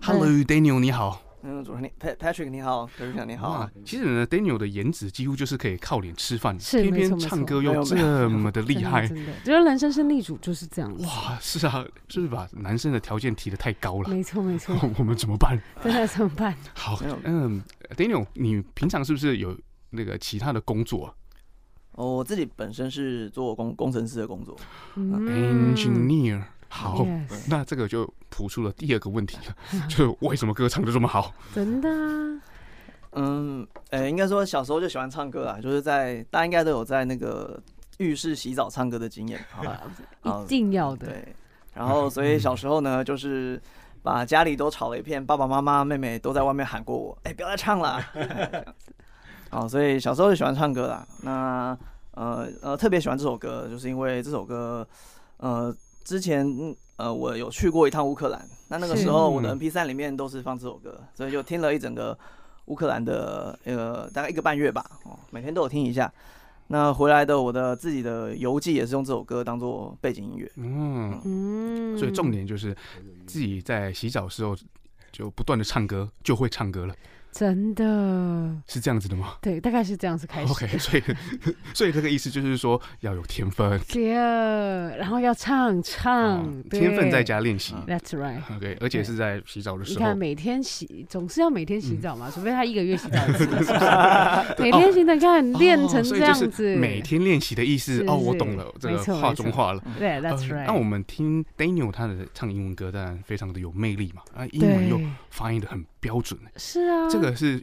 Speaker 2: Hello Daniel，你好。
Speaker 4: 嗯，主持人你 Pat- Patrick 你好，可是长你好
Speaker 2: 哇。，其实呢，Daniel 的颜值几乎就是可以靠脸吃饭，
Speaker 3: 是
Speaker 2: 偏
Speaker 3: 没
Speaker 2: 偏
Speaker 3: 错没
Speaker 2: 唱
Speaker 3: 错
Speaker 2: 歌
Speaker 4: 没
Speaker 2: 又
Speaker 4: 有没
Speaker 2: 这么的厉害
Speaker 3: 真。的真的，就是人生胜利组就是这样子，
Speaker 2: 哇，是啊，是不是把男生的条件提得太高了？
Speaker 3: 没错没错，
Speaker 2: 我们怎么办？
Speaker 3: 真的怎么办？
Speaker 2: 好
Speaker 4: 没有，
Speaker 2: 嗯，Daniel，你平常是不是有那个其他的工作啊
Speaker 4: 哦，我自己本身是做工工程师的工作。
Speaker 3: 嗯
Speaker 2: 呃？Engineer，好，
Speaker 3: Yes，
Speaker 2: 那这个就朴出了第二个问题 了，就是为什么歌唱的这么好？
Speaker 3: 真的啊，
Speaker 4: 嗯，呃，应该说小时候就喜欢唱歌啦，就是在大家应该都有在那个浴室洗澡唱歌的经验，好吧？
Speaker 3: 一定要的，
Speaker 4: 呃对， 然后所以小时候呢，就是把家里都吵了一片，爸爸妈妈、妹妹都在外面喊过我，哎、不要再唱了。好，所以小时候就喜欢唱歌啦。那呃呃，特别喜欢这首歌，就是因为这首歌，呃，之前嗯呃我有去过一趟乌克兰，那那个
Speaker 3: 是
Speaker 4: 时候我的
Speaker 2: 嗯
Speaker 4: MP 3里面都是放这首歌，所以就听了一整个乌克兰的呃大概一个半月吧，哦，每天都有听一下。那回来的我的自己的游记也是用这首歌当做背景音乐。
Speaker 2: 嗯，
Speaker 3: 嗯，
Speaker 2: 所以重点就是自己在洗澡的时候就不断的唱歌，就会唱歌了，
Speaker 3: 真的
Speaker 2: 是这样子的吗
Speaker 3: 对，大概是这样子开始。
Speaker 2: ？OK，所以 所以这个意思就是说要有天分，
Speaker 3: 第二，然后要唱唱，
Speaker 2: 嗯
Speaker 3: 对
Speaker 2: 天分在。家练习。
Speaker 3: That's right。
Speaker 2: OK，而且是在洗澡的
Speaker 3: 你
Speaker 2: 时候嗯
Speaker 3: 看，，每天洗总是要每天洗澡嘛，除非他一个月洗澡 一次，是不是每天洗澡，你看练成
Speaker 2: 哦所
Speaker 3: 这
Speaker 2: 以就
Speaker 3: 样
Speaker 2: 是
Speaker 3: 子，
Speaker 2: 每天练习的意思
Speaker 3: 是
Speaker 2: 哦，我
Speaker 3: 是
Speaker 2: 懂了，这
Speaker 3: 没
Speaker 2: 个
Speaker 3: 错
Speaker 2: 画
Speaker 3: 没
Speaker 2: 中
Speaker 3: 错
Speaker 2: 画了。
Speaker 3: 对，That's
Speaker 2: 呃
Speaker 3: right。
Speaker 2: 那我们听 Daniel 他的唱英文歌，当然非常的有魅力嘛，啊，英文又
Speaker 3: 对，
Speaker 2: 发音的很标准，
Speaker 3: 是啊，
Speaker 2: 这个是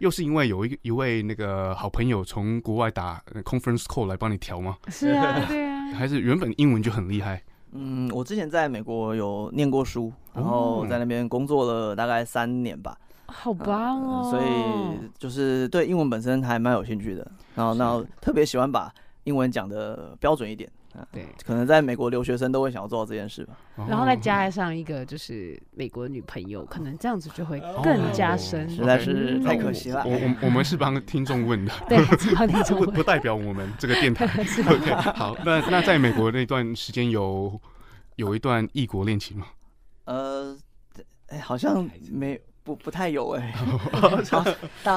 Speaker 2: 又是因为有一个一位那个好朋友从国外打呃 conference call 来帮你调吗？
Speaker 3: 是啊，对啊，
Speaker 2: 还是原本英文就很厉害？
Speaker 4: 嗯，我之前在美国有念过书，然
Speaker 2: 哦
Speaker 4: 后在那边工作了大概三年吧，
Speaker 3: 好棒
Speaker 4: 嗯
Speaker 3: 哦。
Speaker 4: 所以就是对英文本身还蛮有兴趣的。然后，那特别喜欢把英文讲的标准一点，啊
Speaker 3: 对，
Speaker 4: 可能在美国留学生都会想要做到这件事吧。
Speaker 3: 然后
Speaker 2: 哦
Speaker 3: 再加上一个就是美国女朋友，可能这样子就会更加
Speaker 2: 哦
Speaker 3: 深。嗯
Speaker 4: 实在是太可惜了
Speaker 2: 我我我们是帮听众问 的，
Speaker 3: 对，超听
Speaker 2: 这
Speaker 3: 众
Speaker 2: 不不代表我们这个电台。OK，好， 那那在美国那段时间有有一段异国恋情吗？
Speaker 4: 呃，哎，好像没不不太有哎、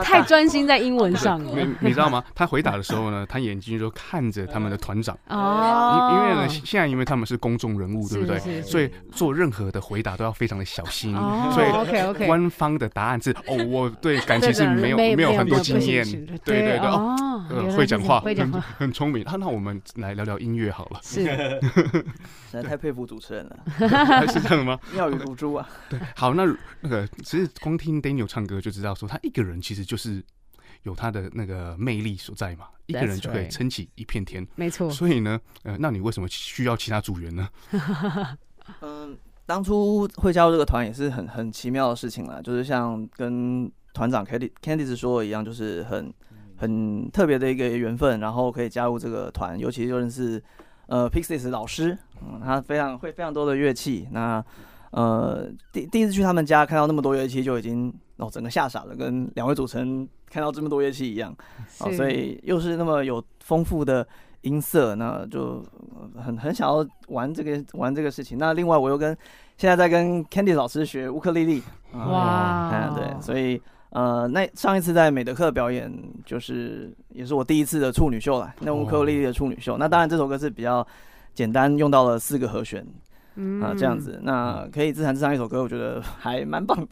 Speaker 3: 太专心在英文上
Speaker 2: 你
Speaker 3: 了。
Speaker 2: 你知道吗？他回答的时候呢，他眼睛就看着他们的团长，
Speaker 3: 哦，
Speaker 2: 因因为呢，现在因为他们是公众人物，对不对？
Speaker 3: 是是
Speaker 2: 所以做任何的回答都要非常的小心。
Speaker 3: 哦
Speaker 2: 所以
Speaker 3: OK，OK
Speaker 2: 官方的答案 是哦，我对感情是
Speaker 3: 对
Speaker 2: 没有
Speaker 3: 没
Speaker 2: 没有
Speaker 3: 没有
Speaker 2: 很多
Speaker 3: 没有
Speaker 2: 经验
Speaker 3: 兴趣，对
Speaker 2: 对对
Speaker 3: 对
Speaker 2: 哦，
Speaker 3: 哦
Speaker 2: 呃
Speaker 3: 原来
Speaker 2: 会
Speaker 3: 是
Speaker 2: 讲
Speaker 3: 这样
Speaker 2: 话，
Speaker 3: 会讲
Speaker 2: 很
Speaker 3: 话
Speaker 2: 很聪明。啊那我们来聊聊音乐好 了，
Speaker 3: 是
Speaker 4: 实在太佩服主持人了，
Speaker 2: 是这样吗？
Speaker 4: 妙语如珠啊。
Speaker 2: 好，那那个其实光听 Daniel 唱歌就知道，说他一个人其实就是有他的那个魅力所在嘛，一个人
Speaker 3: That's
Speaker 2: 就可以
Speaker 3: right 哦
Speaker 2: 撑起一片天。
Speaker 3: 没错，
Speaker 2: 所以呢，呃，那你为什么需要其他组员呢？
Speaker 4: 嗯，当初会加入这个团也是很很奇妙的事情啦，就是像跟团长 Candy Candice 说的一样，就是很很特别的一个缘分，然后可以加入这个团，尤其就认识呃 Pixies 老师，嗯，他非常会非常多的乐器，那呃第第一次去他们家看到那么多乐器就已经哦整个吓傻了，跟两位主持人看到这么多乐器一样，哦，
Speaker 3: 是
Speaker 4: 所以又是那么有丰富的音色，那就呃很很想要玩这个玩这个事情。那另外我又跟现在在跟 Candy 老师学乌克丽丽，啊
Speaker 3: 哇哦
Speaker 4: 嗯，，对，所以呃，那上一次在美德克表演就是也是我第一次的处女秀啦，那乌克丽丽的处女秀。那当然这首歌是比较简单，用到了四个和弦
Speaker 3: 以
Speaker 4: 啊、这样，子，那可以自弹自唱一首歌，我觉得还蛮棒的。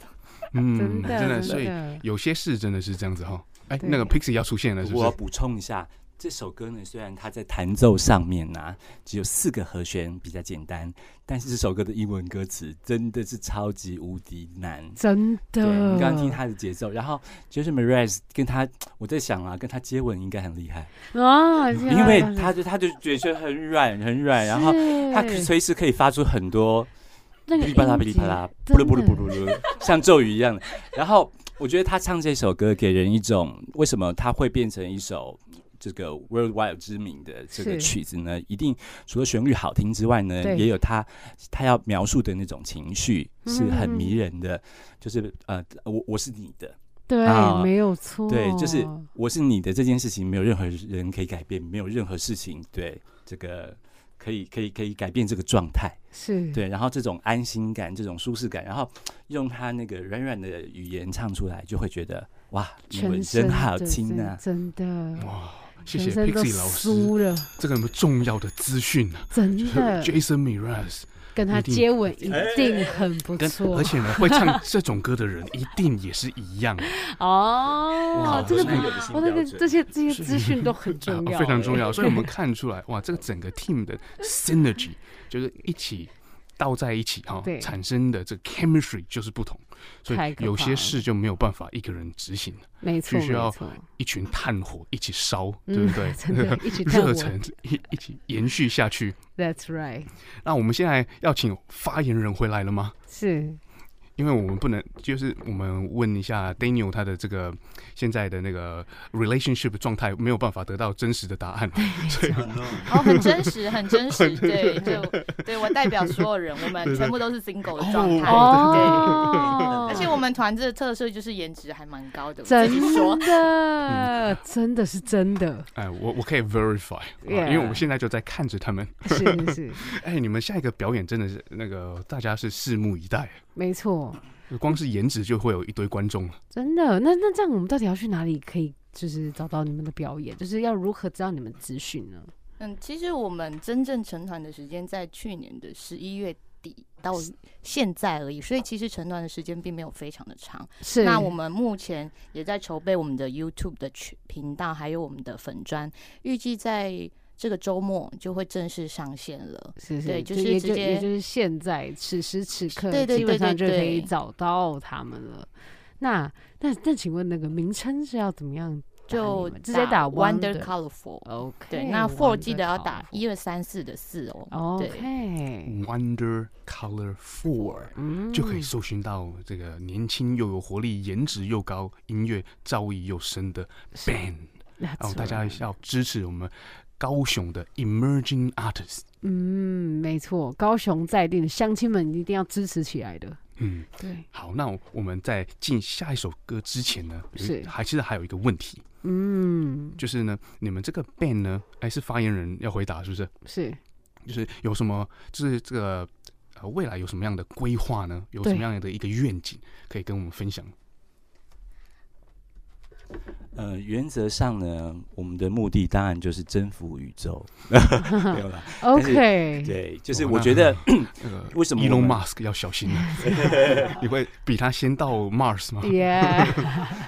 Speaker 2: 嗯，
Speaker 3: 真的
Speaker 2: 的，
Speaker 3: 真
Speaker 2: 所以
Speaker 3: 的
Speaker 2: 有些事真的是这样子哈。哎，
Speaker 3: 对
Speaker 2: 那个 Pixie 要出现了，
Speaker 7: 不
Speaker 2: 是
Speaker 7: 过
Speaker 2: 不
Speaker 7: 我要
Speaker 2: 是？
Speaker 7: 补充一下，这首歌呢，虽然它在弹奏上面呢、只有四个和弦比较简单，但是这首歌的英文歌词真的是超级无敌难。
Speaker 3: 真
Speaker 7: 对，
Speaker 3: 的，
Speaker 7: 你刚刚听他的节奏，然后就是 Marais 跟他，我在想啊，跟他接吻应该很厉害，
Speaker 3: 啊，
Speaker 7: 因为他就他就觉得很软很软，然后他
Speaker 3: 是
Speaker 7: 随时可以发出很多
Speaker 3: 那
Speaker 7: 噼
Speaker 3: 个
Speaker 7: 里啪啦噼
Speaker 3: 音
Speaker 7: 里
Speaker 3: 节
Speaker 7: 啪啦，
Speaker 3: 真
Speaker 7: 布
Speaker 3: 的
Speaker 7: 噜布噜布噜噜， 像咒语一样的。然后我觉得他唱这首歌给人一种为什么他会变成一首这个 worldwide 知名的这个
Speaker 3: 是
Speaker 7: 曲子呢？一定除了旋律好听之外呢，
Speaker 3: 对
Speaker 7: 也有他他要描述的那种情绪
Speaker 3: 嗯
Speaker 7: 是很迷人的，就是呃，我我是你的，啊
Speaker 3: 对，没有错，
Speaker 7: 对，就是我是你的这件事情，没有任何人可以改变，没有任何事情对这个可以可以可以改变这个状态。
Speaker 3: 是，
Speaker 7: 对，然后这种安心感、这种舒适感，然后用他那个软软的语言唱出来，就会觉得哇，英文真
Speaker 3: 全身
Speaker 7: 好
Speaker 3: 的
Speaker 7: 听啊！
Speaker 3: 真真的，
Speaker 2: 哇，谢
Speaker 3: 全
Speaker 2: 谢
Speaker 3: 身都
Speaker 2: Pixie 老师，
Speaker 3: 酥了，
Speaker 2: 这个什么重要的资讯啊
Speaker 3: 真
Speaker 2: 就是
Speaker 3: 的，
Speaker 2: ？Jason Mraz
Speaker 3: 跟他
Speaker 2: 一定
Speaker 3: 接吻
Speaker 7: 哎
Speaker 3: 一定很不
Speaker 2: 跟
Speaker 3: 错
Speaker 2: 而且呢，会唱这种歌的人一定也是一样，
Speaker 3: 哦
Speaker 2: 哇，
Speaker 3: 这个
Speaker 2: 所以
Speaker 3: 我那个这些这些资讯都很重
Speaker 2: 啊
Speaker 3: 要，哎
Speaker 2: 非常重要。所以我们看出来，哇，这个整个 team 的 synergy 就是一起倒在一起哈
Speaker 3: 对，
Speaker 2: 产生的这个 chemistry 就是不同，所
Speaker 3: 太
Speaker 2: 以
Speaker 3: 可
Speaker 2: 有
Speaker 3: 怕
Speaker 2: 些
Speaker 3: 了
Speaker 2: 事就没有办法一个人执行，
Speaker 3: 没错
Speaker 2: 必须要
Speaker 3: 没错
Speaker 2: 一群炭火一起烧，
Speaker 3: 嗯
Speaker 2: 对不对？
Speaker 3: 真的一起炭火
Speaker 2: 热忱一一起延续下去。
Speaker 3: ，That's right，
Speaker 2: 那我们现在要请发言人回来了吗？
Speaker 3: 是
Speaker 2: 因为我们不能，就是我们问一下 Daniel 他的这个现在的那个 relationship 状态，没有办法得到真实的答案。
Speaker 8: 哦，很真实，很真实，对，就对我代表所有人，我们全部都是 single 的状态，
Speaker 3: 哦
Speaker 8: 对， 而且我们团子的特色就是颜值还蛮高的，我自己说
Speaker 2: 嗯
Speaker 3: 真，的，真的是真的，
Speaker 2: 哎，我我可以 verify，、啊
Speaker 3: Yeah
Speaker 2: 因为我现在就在看着他们。
Speaker 3: 是是，
Speaker 2: 哎，你们下一个表演真的是那个，大家是拭目以待。
Speaker 3: 没错，
Speaker 2: 光是颜值就会有一堆观众了。
Speaker 3: 真的。那那这样，我们到底要去哪里可以就是找到你们的表演？就是要如何知道你们资讯呢？
Speaker 8: 嗯，其实我们真正成团的时间在去年的十一月底到现在而已，所以其实成团的时间并没有非常的长。
Speaker 3: 是
Speaker 8: 那我们目前也在筹备我们的 YouTube 的群频道，还有我们的粉砖，预计在这个周末就会正式上线了。
Speaker 3: 是是，
Speaker 8: 对，就是
Speaker 3: 也
Speaker 8: 直
Speaker 3: 就也就
Speaker 8: 接
Speaker 3: 是现在此时此刻，
Speaker 8: 对对
Speaker 3: 基本
Speaker 8: 对对
Speaker 3: 上就可以
Speaker 8: 对
Speaker 3: 找到他们了。那那那，请问那个名称是要怎么样打你
Speaker 8: 就
Speaker 3: 们？直接打
Speaker 8: Wonder
Speaker 3: Wonder
Speaker 8: Colorful。
Speaker 3: OK，
Speaker 8: 对，那 Four 记得要
Speaker 3: Wonder
Speaker 8: 打一二三四的四哦。对，
Speaker 3: OK，
Speaker 2: Wonder Color Four，、
Speaker 3: 嗯
Speaker 2: 就可以搜寻到这个年轻又有活力、颜值又高、音乐造诣又深的 band。
Speaker 3: 然
Speaker 7: 哦
Speaker 2: 然后大家要支持我们高雄的 emerging artist。
Speaker 3: 嗯，没错，高雄在地的乡亲们一定要支持起来的。
Speaker 2: 嗯，
Speaker 3: 对，
Speaker 2: 好，那我们在进下一首歌之前呢，有一
Speaker 3: 是
Speaker 2: 还其实还有一个问题，
Speaker 3: 嗯，
Speaker 2: 就是呢，你们这个 band 呢，哎，是发言人要回答是不是？
Speaker 3: 是
Speaker 2: 就是有什么，就是这个呃未来有什么样的规划呢？有什
Speaker 3: 对
Speaker 2: 么样的一个愿景可以跟我们分享？
Speaker 7: 呃，原则上呢，我们的目的当然就是征服宇 宙，没有啦。但是
Speaker 3: OK，
Speaker 7: 对，就是
Speaker 2: 哦
Speaker 7: 我
Speaker 2: 那
Speaker 7: 觉得
Speaker 2: 那个
Speaker 7: 为什么我
Speaker 2: Elon
Speaker 7: 们
Speaker 2: Musk 要小心啊？ 你会比他先到 Mars 吗？
Speaker 3: ，Yeah，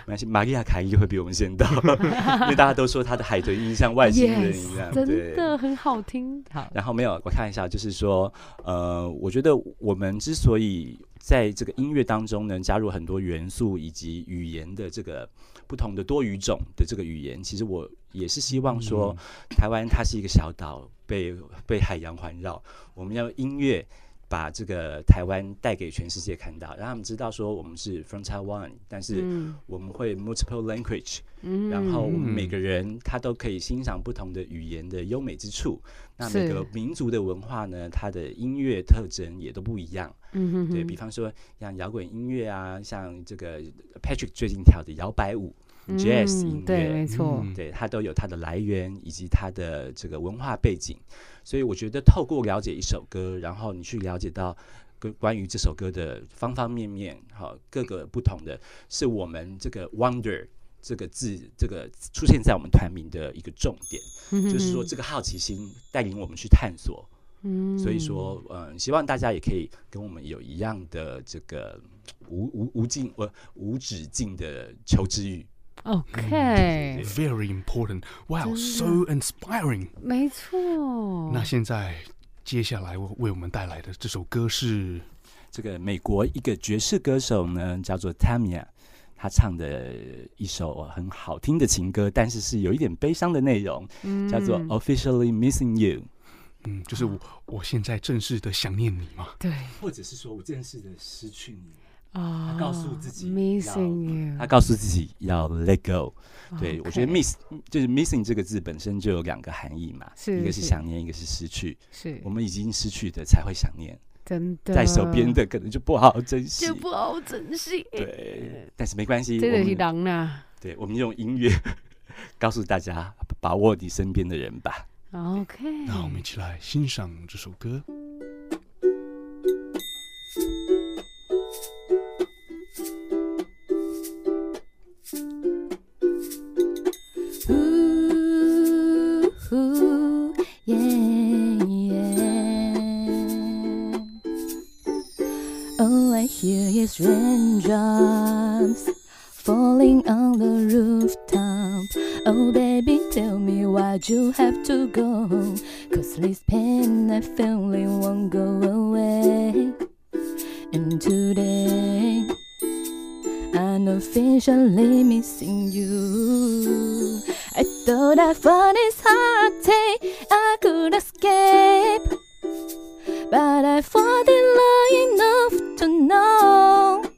Speaker 7: 马玛利亚凯莉会比我们先到， 因为大家都说她的海豚音像外星人一 样，
Speaker 3: 真
Speaker 7: 对。
Speaker 3: 的很好听。好，
Speaker 7: 然后没有，我看一下，就是说，呃，我觉得我们之所以在这个音乐当中呢，加入很多元素以及语言的这个不同的多语种的这个语言，其实我也是希望
Speaker 2: 嗯
Speaker 7: 说，台湾它是一个小岛，被被海洋环绕，我们要用音乐。把这个台湾带给全世界看到，让他们知道说我们是 from Taiwan，但是
Speaker 3: 嗯
Speaker 7: 我们会 multiple language，、
Speaker 3: 嗯
Speaker 7: 然后我们每个人他都可以欣赏不同的语言的优美之处。那每
Speaker 3: 是
Speaker 7: 个民族的文化呢，它的音乐特征也都不一样。
Speaker 3: 嗯哼
Speaker 7: 对
Speaker 3: 哼
Speaker 7: 比方说，像摇滚音乐啊，像这个 Patrick 最近跳的摇摆舞、jazz
Speaker 3: 嗯
Speaker 7: 音
Speaker 3: 对，
Speaker 7: 乐
Speaker 3: 没，错，
Speaker 2: 嗯
Speaker 7: 对它都有它的来源以及它的这个文化背景。所以我觉得透过了解一首歌，然后你去了解到。关关于这首歌的方方面面，好各个不同的，是我们这个 wonder 这个字，这个出现在我们团名的一个重点。就是说这个好奇心带领我们去探索。
Speaker 3: 嗯
Speaker 7: 所以说，嗯，希望大家也可以跟我们有一样的这个无无无尽呃无止境的求知欲。嗯
Speaker 3: OK，
Speaker 2: Very important. Wow,
Speaker 3: 真的
Speaker 2: so inspiring.
Speaker 3: 没错，
Speaker 2: 那现在接下来我为我们带来的这首歌是
Speaker 7: 这个美国一个爵士歌手呢，叫做 Tamia，他唱的一首很好听的情歌，但是是有一点悲伤的内容，叫做
Speaker 3: 嗯
Speaker 7: Officially Missing You，
Speaker 2: 嗯，就是我我现在正式的想念你嘛。
Speaker 3: 对
Speaker 7: 或者是说我正式的失去你。
Speaker 3: 啊，
Speaker 7: 哦告诉自己要
Speaker 3: missing you，
Speaker 7: 他告诉自己要 let go。对
Speaker 3: OK
Speaker 7: 我觉得 miss 就是 missing 这个字本身就有两个含义嘛，
Speaker 3: 是
Speaker 7: 一个是
Speaker 3: 是
Speaker 7: 想念，一个是失去。
Speaker 3: 是
Speaker 7: 我们已经失去的才会想念，
Speaker 3: 真的
Speaker 7: 在手边的可啊能就不好好珍惜
Speaker 3: 就。不好珍惜，
Speaker 7: 对，但是没关系，
Speaker 3: 这
Speaker 7: 我
Speaker 3: 个是啊
Speaker 7: 们
Speaker 3: 人呐。
Speaker 7: 对我们用音乐 告诉大家，把握你身边的人吧。
Speaker 3: OK，
Speaker 2: 那我们一起来欣赏这首歌。
Speaker 6: Ooh, ooh, yeah, yeah. All I hear is raindrops falling on the rooftop. Oh, baby, tell me why'd you have to go? Cause this pain I feeling won't go away. And today, unofficially missing you. I thought I found this hard day I could escape, but I fall in love enough to know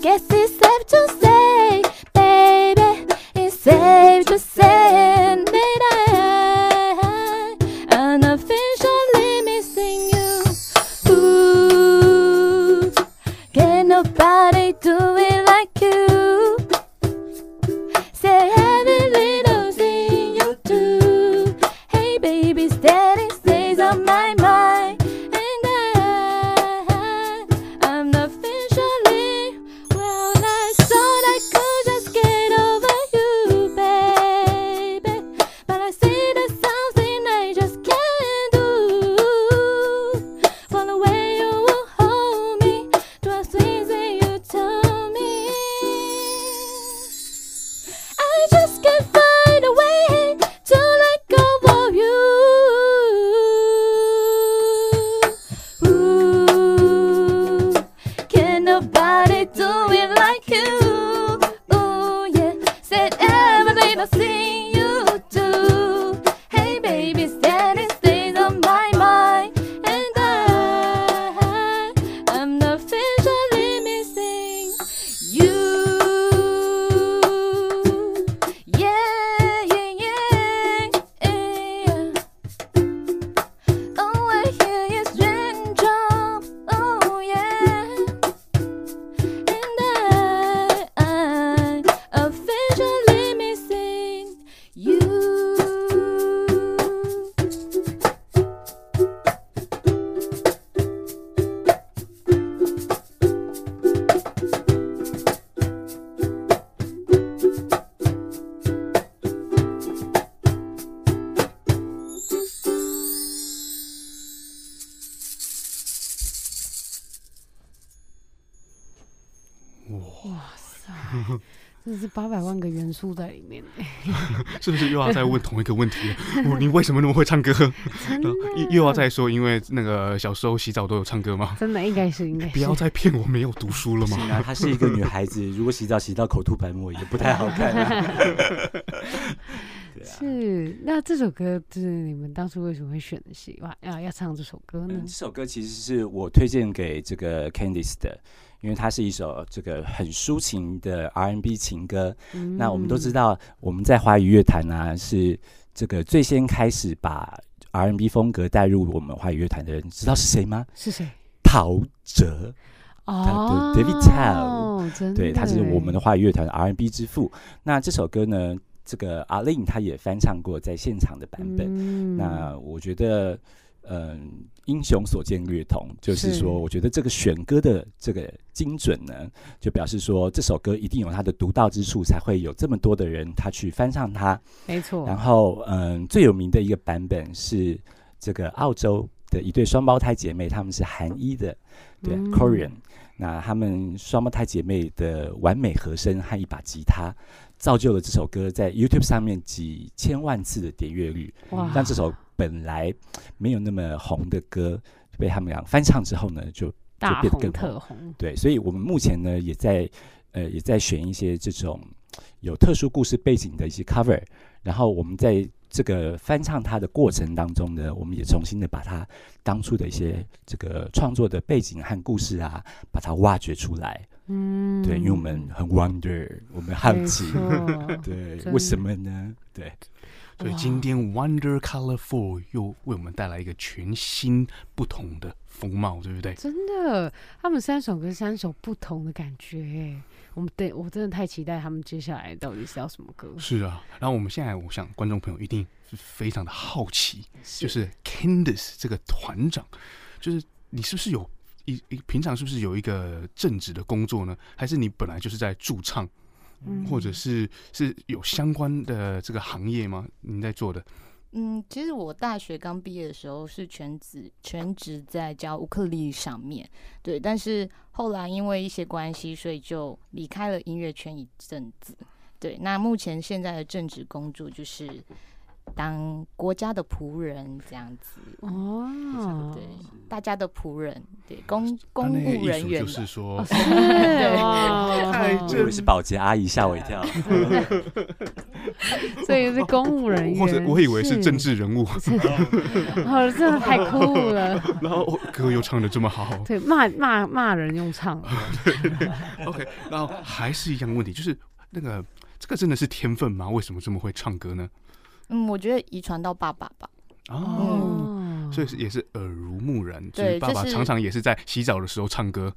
Speaker 6: Yes, it's safe to say, baby, it's safe to say that I unofficially missing you. Ooh, can nobody do it like you? Say every little thing you do. Hey, baby, steady stays on my mind, and I, I'm officially. Well, I thought I could just get over you, baby. But I see there's something I just can't do. For the way you will hold me, do I things that you tell me? I just can't find a way to let go of you. Ooh. Can nobody do it like you? Ooh, yeah. Said every little thing you do. Hey, baby, steady stays on my mind. And I, I'm officially missing you. Yeah, yeah, yeah, yeah. Oh, I hear your raindrop. Oh, yeah. And I, I officially missing you.
Speaker 3: 哇塞，真的是八百万个元素在里面。
Speaker 2: 是不是又要再问同一个问题了？ 我你为什么那么会唱歌？ 又又要再说，因为那个小时候洗澡都有唱歌 吗？
Speaker 3: 真的应该是应该
Speaker 2: 不要
Speaker 3: 是
Speaker 2: 再骗我没有读书了吗？
Speaker 7: 那啊她是一个女孩子，如果洗澡洗到口吐白沫也不太好 看、啊。
Speaker 3: 是，那这首歌就是你们当初为什么会选喜欢啊要唱这首歌呢
Speaker 7: 嗯，这？首歌其实是我推荐给这个 Candice 的，因为它是一首这个很抒情的 R&B 情歌。
Speaker 3: 嗯
Speaker 7: 那我们都知道，我们在华语乐坛啊，是这个最先开始把 R&B 风格带入我们华语乐坛的人，知道是谁吗？
Speaker 3: 是谁？
Speaker 7: 陶喆，
Speaker 3: 哦
Speaker 7: David Tao，
Speaker 3: 真的，
Speaker 7: 对，他是我们的。华语乐坛的 R&B 之父。那这首歌呢，这个阿令他也翻唱过在现场的版本。
Speaker 3: 嗯
Speaker 7: 那我觉得，嗯，英雄所见略同，就是
Speaker 3: 是
Speaker 7: 说，我觉得这个选歌的这个精准呢，就表示说这首歌一定有它的独到之处，才会有这么多的人他去翻唱它。
Speaker 3: 没错，
Speaker 7: 然后，嗯，最有名的一个版本是这个澳洲的一对双胞胎姐妹，她们是韩裔的，对、
Speaker 3: 嗯
Speaker 7: k o r e a n 那她们双胞胎姐妹的完美和声和一把吉他，造就了这首歌在 YouTube 上面几千万次的点阅率。
Speaker 3: 哇，
Speaker 7: 让这首本来没有那么红的歌被他们俩翻唱之后呢，就
Speaker 3: 大
Speaker 7: 变得
Speaker 3: 红
Speaker 7: 更
Speaker 3: 特
Speaker 7: 红
Speaker 3: 红，
Speaker 7: 对，所以我们目前呢也在呃也在选一些这种有特殊故事背景的一些 cover，然后我们在这个翻唱它的过程当中呢，我们也重新的把它当初的一些这个创作的背景和故事啊，把它挖掘出来。
Speaker 3: 嗯，
Speaker 7: 对，因为我们很 wonder，我们好
Speaker 3: 没
Speaker 7: 奇，
Speaker 3: 错
Speaker 7: 对，
Speaker 3: 真
Speaker 7: 为什么呢？ 对，
Speaker 2: 所以
Speaker 3: 哇
Speaker 2: 今天 Wonder Color Four 又为我们带来一个全新不同的风貌，对不对？
Speaker 3: 真的，他们三首歌三首不同的感觉耶。我们对我真的太期待他们接下来到底是要什么歌。
Speaker 2: 是啊，然后我们现在，我想观众朋友一定是非常的好奇，就是 Candice 这个团长，就是你是不是有一一平常是不是有一个正职的工作呢？还是你本来就是在驻唱，
Speaker 3: 嗯
Speaker 2: 或者是是有相关的这个行业吗？你在做的？
Speaker 8: 嗯，其实我大学刚毕业的时候是全职全职在教乌克丽上面，对，但是后来因为一些关系，所以就离开了音乐圈一阵子。对，那目前现在的正职工作就是当国家的仆人这样子，
Speaker 3: 哦，
Speaker 8: 对，大家的仆人，对，公
Speaker 2: 那
Speaker 8: 公
Speaker 2: 那个
Speaker 8: 务
Speaker 2: 艺
Speaker 8: 人
Speaker 2: 术
Speaker 8: 员
Speaker 2: 就
Speaker 8: 吧
Speaker 2: 是说，
Speaker 3: 是哇，
Speaker 7: 我以为是保洁阿姨，吓我一跳。
Speaker 3: 所以是公务人员。
Speaker 2: 或者我以为是政治人物，
Speaker 3: 哦，真的太酷了。
Speaker 2: 然后歌又唱的这么
Speaker 7: 哦
Speaker 2: 好，
Speaker 3: 对，骂骂骂人用唱的，
Speaker 2: OK，然后还是一样问题，就是那个这个真的是天分吗？为什么这么会唱歌呢？
Speaker 8: 嗯，我觉得遗传到爸爸吧。
Speaker 3: 嗯
Speaker 2: 哦，所以是也是耳濡目染，就
Speaker 8: 对
Speaker 2: 是爸爸
Speaker 8: 就是
Speaker 2: 常常也是在洗澡的时候唱歌。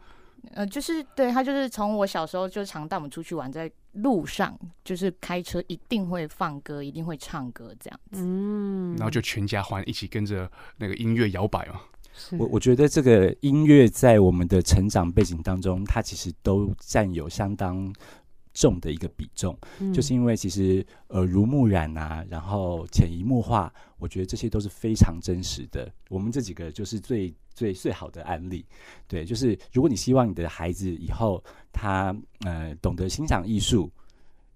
Speaker 8: 呃，就是对他就是从我小时候就常带我们出去玩，在路上就是开车一定会放歌，一定会唱歌这样子。
Speaker 3: 嗯
Speaker 2: 然后就全家欢一起跟着那个音乐摇摆嘛。
Speaker 3: 嗯
Speaker 7: 我我觉得这个音乐在我们的成长背景当中，它其实都占有相当重的一个比重，
Speaker 3: 嗯
Speaker 7: 就是因为其实耳濡目染啊，然后潜移默化，我觉得这些都是非常真实的。我们这几个就是最最最好的案例，对，就是如果你希望你的孩子以后他呃懂得欣赏艺术，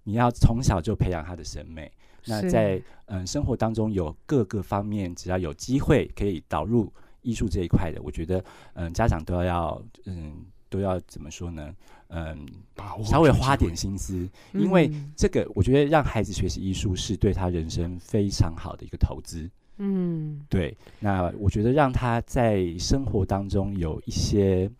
Speaker 7: 你要从小就培养他的审美。那
Speaker 3: 是
Speaker 7: 在嗯、呃生活当中有各个方面，只要有机会可以导入艺术这一块的，我觉得嗯、家长都要嗯都要怎么说呢？嗯、
Speaker 2: 把握
Speaker 7: 稍微
Speaker 2: 住机
Speaker 7: 花
Speaker 2: 会
Speaker 7: 点心思，因为
Speaker 3: 嗯
Speaker 7: 这个我觉得让孩子学习艺术是对他人生非常好的一个投资。
Speaker 3: 嗯，
Speaker 7: 对，那我觉得让他在生活当中有一些，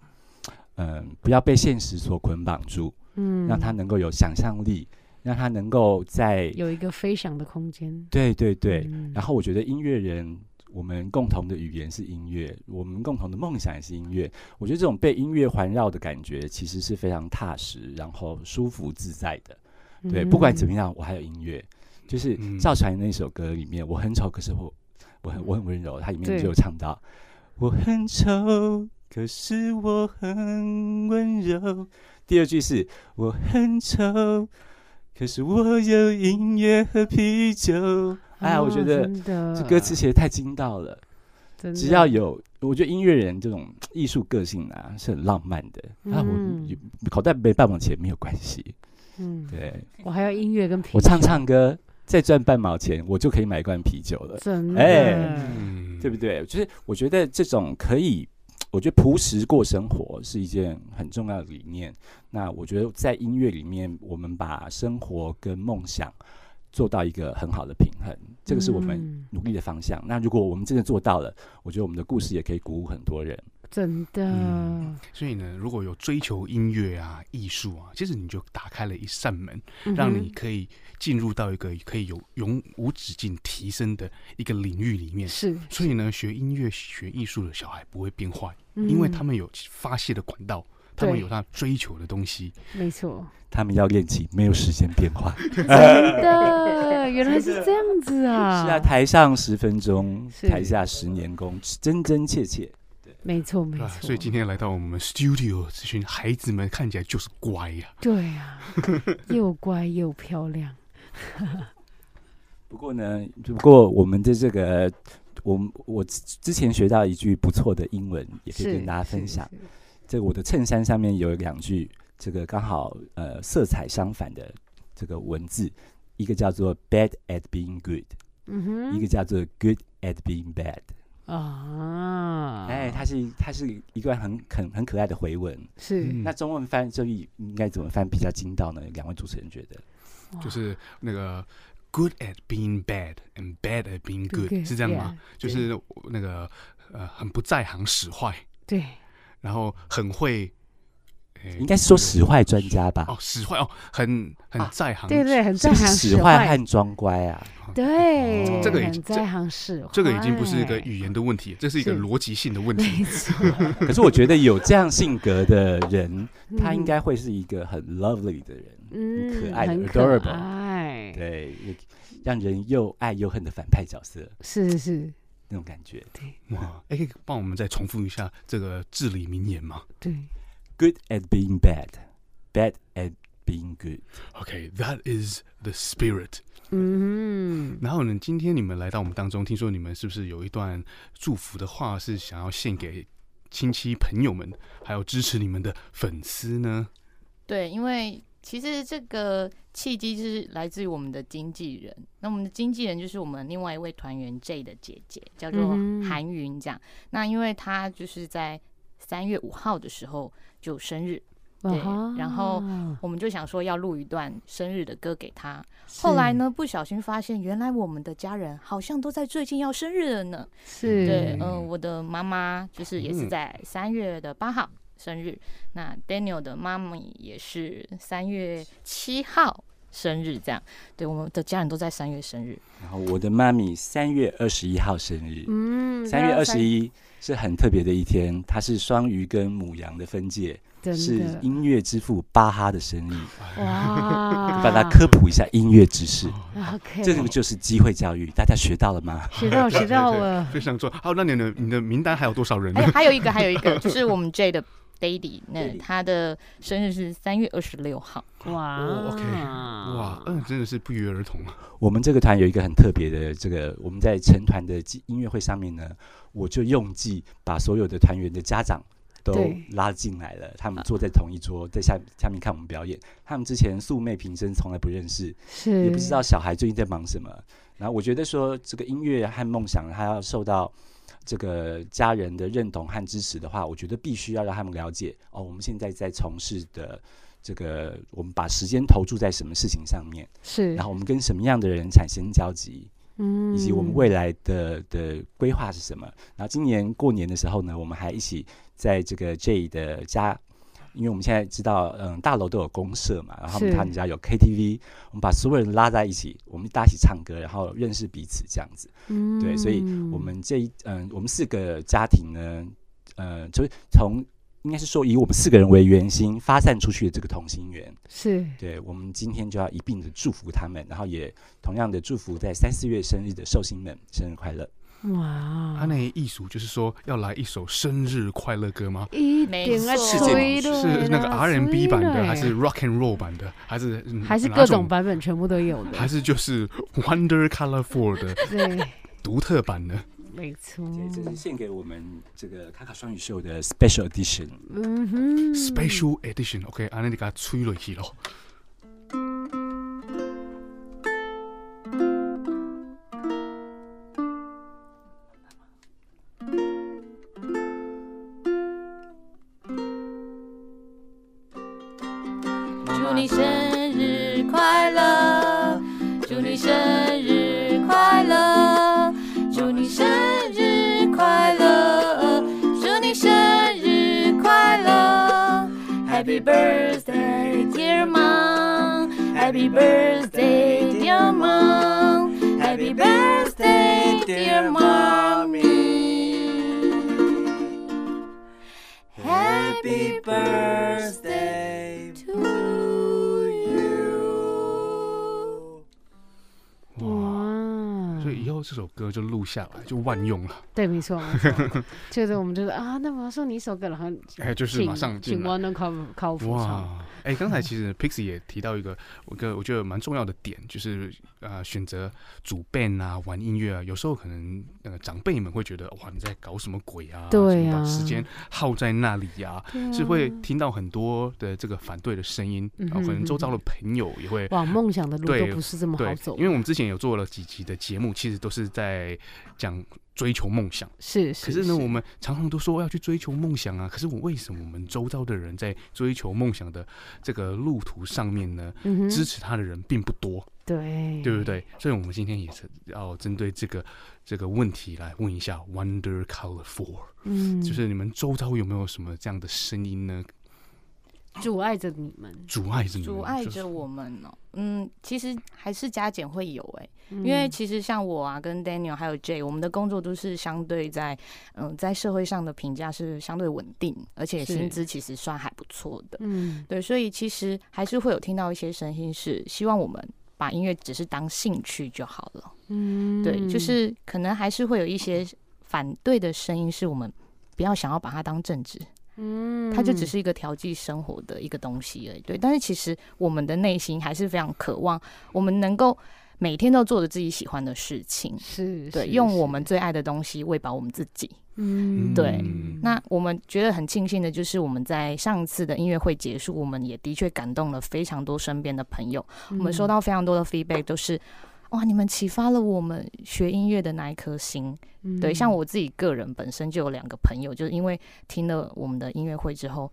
Speaker 7: 嗯、不要被现实所捆绑住，
Speaker 3: 嗯，
Speaker 7: 让他能够有想象力，让他能够在
Speaker 3: 有一个飞翔的空间。
Speaker 7: 对对对，
Speaker 3: 嗯
Speaker 7: 然后我觉得音乐人，我们共同的语言是音乐，我们共同的梦想也是音乐。我觉得这种被音乐环绕的感觉，其实是非常踏实，然后舒服自在的。
Speaker 3: 嗯
Speaker 7: 对，不管怎么样，我还有音乐。就是
Speaker 2: 嗯
Speaker 7: 赵传那首歌里面，我很丑，可是我我很我很温柔，它里面
Speaker 3: 对
Speaker 7: 就有唱到，我很丑，可是我很温柔。第二句是我很丑，可是我有音乐和啤酒。哎呀，我觉
Speaker 3: 哦
Speaker 7: 得这
Speaker 3: 这
Speaker 7: 歌词写的太精到了。只要有，我觉得音乐人这种艺术个性啊是很浪漫的。那、
Speaker 3: 嗯
Speaker 7: 我口袋没半毛钱没有关系，
Speaker 3: 嗯，
Speaker 7: 对
Speaker 3: 我还有音乐跟啤酒，
Speaker 7: 我唱唱歌，再赚半毛钱，我就可以买一罐啤酒了，
Speaker 3: 真的，
Speaker 7: 哎
Speaker 2: 嗯，
Speaker 7: 对不对？就是我觉得这种可以，我觉得朴实过生活是一件很重要的理念。那我觉得在音乐里面，我们把生活跟梦想做到一个很好的平衡，这个是我们
Speaker 3: 嗯
Speaker 7: 努力的方向。那如果我们真的做到了，我觉得我们的故事也可以鼓舞很多人。
Speaker 3: 真的，
Speaker 2: 嗯所以呢，如果有追求音乐啊、艺术啊，其实你就打开了一扇门，
Speaker 3: 嗯
Speaker 2: 让
Speaker 3: 哼
Speaker 2: 你可以进入到一个可以有永无止境提升的一个领域里面。
Speaker 3: 是，
Speaker 2: 所以呢，学音乐、学艺术的小孩不会变坏，因为他们有发泄的管道，他们
Speaker 3: 嗯对
Speaker 2: 有他追求的东西。
Speaker 3: 没错，
Speaker 7: 他们要练琴，没有时间变化。
Speaker 3: 真的，原来是这样子啊，
Speaker 7: 是啊，台上十分钟，
Speaker 3: 是
Speaker 7: 台下十年功，真真切切。
Speaker 3: 没错没
Speaker 2: 啊
Speaker 3: 错，，
Speaker 2: 所以今天来到我们 studio，这群孩子们看起来就是乖呀、
Speaker 3: 对 呀，又乖又漂亮，
Speaker 7: 不过呢，不过我们的这个，我们我之之前学到一句不错的英文，也可以
Speaker 3: 是
Speaker 7: 跟大家分享。
Speaker 3: 是是
Speaker 7: 这我的衬衫上面有两句，这个刚好呃色彩相反的这个文字，一个叫做 bad at being good，、
Speaker 3: 嗯
Speaker 7: 一
Speaker 3: 哼，
Speaker 7: 个叫做 good at being bad。
Speaker 3: 啊，
Speaker 7: 哎，它是它是一段很很很可爱的回文。
Speaker 3: 是
Speaker 2: 嗯
Speaker 7: 那中文翻这译应该怎么翻比较精到呢？两位主持人觉得？
Speaker 2: 就是那个 good at being bad and bad at being
Speaker 3: Being
Speaker 2: good，
Speaker 3: good，
Speaker 2: 是这样吗
Speaker 3: yeah，
Speaker 2: 就是我那个呃很不在行使坏，
Speaker 3: 对，
Speaker 2: 然后很会，诶
Speaker 7: 应该是说使坏专家吧？
Speaker 2: 嗯哦使坏哦，很很在行，
Speaker 3: 啊对对，很
Speaker 7: 这
Speaker 3: 在
Speaker 7: 个
Speaker 3: 行
Speaker 7: 使坏和装乖啊，
Speaker 3: 对，
Speaker 2: 这个已
Speaker 3: 很
Speaker 2: 经
Speaker 3: 在行使坏，
Speaker 2: 这个已经不是一个语言的问题，这是一个
Speaker 3: 哎是
Speaker 2: 逻辑性的问题。
Speaker 3: 没错，
Speaker 7: 可是我觉得有这样性格的人， 他应
Speaker 3: 嗯
Speaker 7: 该会是一个很 lovely 的人，
Speaker 3: 嗯，
Speaker 7: 可爱的
Speaker 3: 很
Speaker 7: adorable
Speaker 3: 爱，
Speaker 2: 嗯
Speaker 7: 对，让人又爱又恨的反派角色
Speaker 3: 是是，
Speaker 7: 那种感觉。
Speaker 2: 哇，哎，可以帮我们再重复一下这个至理名言吗
Speaker 3: 对，
Speaker 7: Good at being bad, bad at being good。
Speaker 2: ？OK，that、is the spirit。
Speaker 3: 嗯，
Speaker 2: 然后呢，今天你们来到我们当中，听说你们是不是有一段祝福的话是想要献给亲戚朋友们，还有支持你们的粉丝呢？
Speaker 8: 对，因为其实这个契机是来自于我们的经纪人。那我们的经纪人就是我们另外一位团员 J 的姐姐，叫做
Speaker 3: 嗯哼
Speaker 8: 韩云。这样，那因为她就是在三月五号的时候就生日，
Speaker 6: 对
Speaker 3: 啊哈，
Speaker 6: 然后我们就想说要录一段生日的歌给他。后来呢，不小心发现原来我们的家人好像都在最近要生日了呢。
Speaker 3: 是
Speaker 6: 对，嗯、我的妈妈就是也是
Speaker 3: 嗯
Speaker 6: 在三月的八号生日，那 Daniel 的妈咪也是三月七号生日，这样。对，我们的家人都在三月生 日。
Speaker 7: 然后我的妈咪三月二十一号生日，
Speaker 6: 嗯
Speaker 7: 三月
Speaker 3: 啊
Speaker 7: 二十一是很特别的一天，它是双鱼跟母羊的分界，
Speaker 3: 真的
Speaker 7: 是音乐之父巴哈的生日。
Speaker 2: 哎
Speaker 3: 哇
Speaker 7: 帮大家科普一下音乐知识。
Speaker 3: 啊 OK
Speaker 7: 这个就是机会教育，大家学到了吗？
Speaker 3: 学到学到了。
Speaker 2: 非常错。好，那你的你的名单还有多少人呢
Speaker 6: 哎，？还有一个，还有一个，就是我们 J 的 Daddy，那他的生日是三月二十六号。
Speaker 3: 哇、
Speaker 2: 哦 OK，哇，
Speaker 3: 哎
Speaker 2: 嗯，真的是不约而同啊。
Speaker 7: 我们这个团有一个很特别的，这个我们在成团的记音乐会上面呢，我就用计把所有的团员的家长都
Speaker 9: 对
Speaker 7: 拉进来了，他们坐在同一桌，在下下面看我们表演。他们之前素昧平生，从来不认识，
Speaker 9: 是
Speaker 7: 也不知道小孩最近在忙什么。然后我觉得说，这个音乐和梦想，它要受到这个家人的认同和支持的话，我觉得必须要让他们了解哦，我们现在在从事的这个，我们把时间投注在什么事情上面，
Speaker 3: 是
Speaker 7: 然后我们跟什么样的人产生交集，
Speaker 3: 嗯
Speaker 7: 以及我们未来的的规划是什么。然后今年过年的时候呢，我们还一起在这个 J 的家。因为我们现在知道，嗯，大楼都有公社嘛，然后
Speaker 9: 是
Speaker 7: 他们家有 KTV，我们把所有人拉在一起，我们大家一起唱歌，然后认识彼此这样子。
Speaker 9: 嗯
Speaker 7: 对，所以我们这一嗯、我们四个家庭呢，呃，就是从应该是说以我们四个人为圆心发散出去的这个同心圆，
Speaker 3: 是
Speaker 7: 对，我们今天就要一并的祝福他们，然后也同样的祝福在三四月生日的寿星们生日快乐。
Speaker 3: 哇，
Speaker 2: 他那艺术就是说要来一首生日快乐歌吗？
Speaker 3: 一
Speaker 6: 没
Speaker 3: 点啊，
Speaker 6: 错
Speaker 3: 吹的
Speaker 2: 是那个 R N B 版的，还是 Rock and Roll 版的，还是嗯
Speaker 3: 哎还是
Speaker 2: 哪
Speaker 3: 各种版本全部都有 的？
Speaker 2: 还是就是 Wonder Color Four 的
Speaker 3: 对，
Speaker 2: 独特版的。
Speaker 3: 没错。
Speaker 7: 这是献给我们这个卡卡双语秀的 Special Edition。
Speaker 3: 嗯哼
Speaker 2: Special Edition，OK，、安尼你给它吹落去咯。
Speaker 4: 祝你生日快乐，祝你生日快乐，祝你生日快乐，祝你生日快乐。Happy birthday, dear mom. Happy birthday, dear mom. Happy birthday, dear mommy.
Speaker 10: Happy birthday to you。
Speaker 3: 哇，
Speaker 2: 所以以后这首歌就录下来，就万用了。
Speaker 3: 对，没错，没错就是我们就是啊，那我要送你一首歌，然后
Speaker 2: 哎就是
Speaker 3: 请
Speaker 2: 马上进
Speaker 3: 请
Speaker 2: 来
Speaker 3: Wonder Cover Cover 唱，
Speaker 2: 哇，哎、刚才其实 Pixie 也提到一个我个我觉得蛮重要的点，就是呃选择主 band 啊，玩音乐啊，有时候可能那个、长辈们会觉得哇你在搞什么鬼啊，
Speaker 3: 对
Speaker 2: 什么
Speaker 3: 啊
Speaker 2: 把时间耗在那里呀、
Speaker 3: 对啊
Speaker 2: 是会听到很多的这个反对的声音，
Speaker 3: 嗯
Speaker 2: 然后可
Speaker 3: 哼
Speaker 2: 能周
Speaker 3: 哼
Speaker 2: 遭的朋友也会
Speaker 3: 哇，梦想的路
Speaker 2: 对，
Speaker 3: 都不是这么
Speaker 2: 对
Speaker 3: 好走
Speaker 2: 因，为我们之前有做了几集的节目，其实都是在讲追求梦想。
Speaker 3: 是
Speaker 2: 可
Speaker 3: 是
Speaker 2: 是
Speaker 3: 是
Speaker 2: 呢，我们常常都说要去追求梦想啊，可是我为什么我们周遭的人在追求梦想的这个路途上面呢，
Speaker 3: 嗯哼
Speaker 2: 支持他的人并不多，
Speaker 3: 对
Speaker 6: 嗯
Speaker 2: 对不对？所以我们今天也是要针对这个这个问题来问一下 Wonder Color Four，
Speaker 3: 嗯
Speaker 2: 就是你们周遭有没有什么这样的声音呢？
Speaker 3: 阻碍着你们，
Speaker 2: 阻碍着你们，
Speaker 6: 阻碍
Speaker 2: 嗯就是
Speaker 6: 着我们哦、嗯，其实还是加减会有哎、
Speaker 3: 嗯
Speaker 6: 因为其实像我啊，跟 Daniel 还有 J，我们的工作都是相对在嗯、在社会上的评价是相对稳定，而且
Speaker 3: 是
Speaker 6: 薪资其实算还不错的。
Speaker 3: 嗯
Speaker 6: 对，所以其实还是会有听到一些声音是希望我们把音乐只是当兴趣就好了。
Speaker 3: 嗯
Speaker 6: 对，就是可能还是会有一些反对的声音，是我们不要想要把它当正职，
Speaker 3: 嗯
Speaker 6: 它就只是一个调剂生活的一个东西而已。对，但是其实我们的内心还是非常渴望，我们能够每天都做着自己喜欢的事情，
Speaker 3: 是
Speaker 6: 对，
Speaker 3: 是
Speaker 6: 用我们最爱的东西喂饱我们自己。
Speaker 3: 嗯
Speaker 6: 对，那我们觉得很庆幸的就是，我们在上次的音乐会结束，我们也的确感动了非常多身边的朋友。
Speaker 3: 嗯
Speaker 6: 我们收到非常多的 feedback，都是哇，你们启发了我们学音乐的那一颗心。
Speaker 3: 嗯
Speaker 6: 对，像我自己个人本身就有两个朋友，就是因为听了我们的音乐会之后，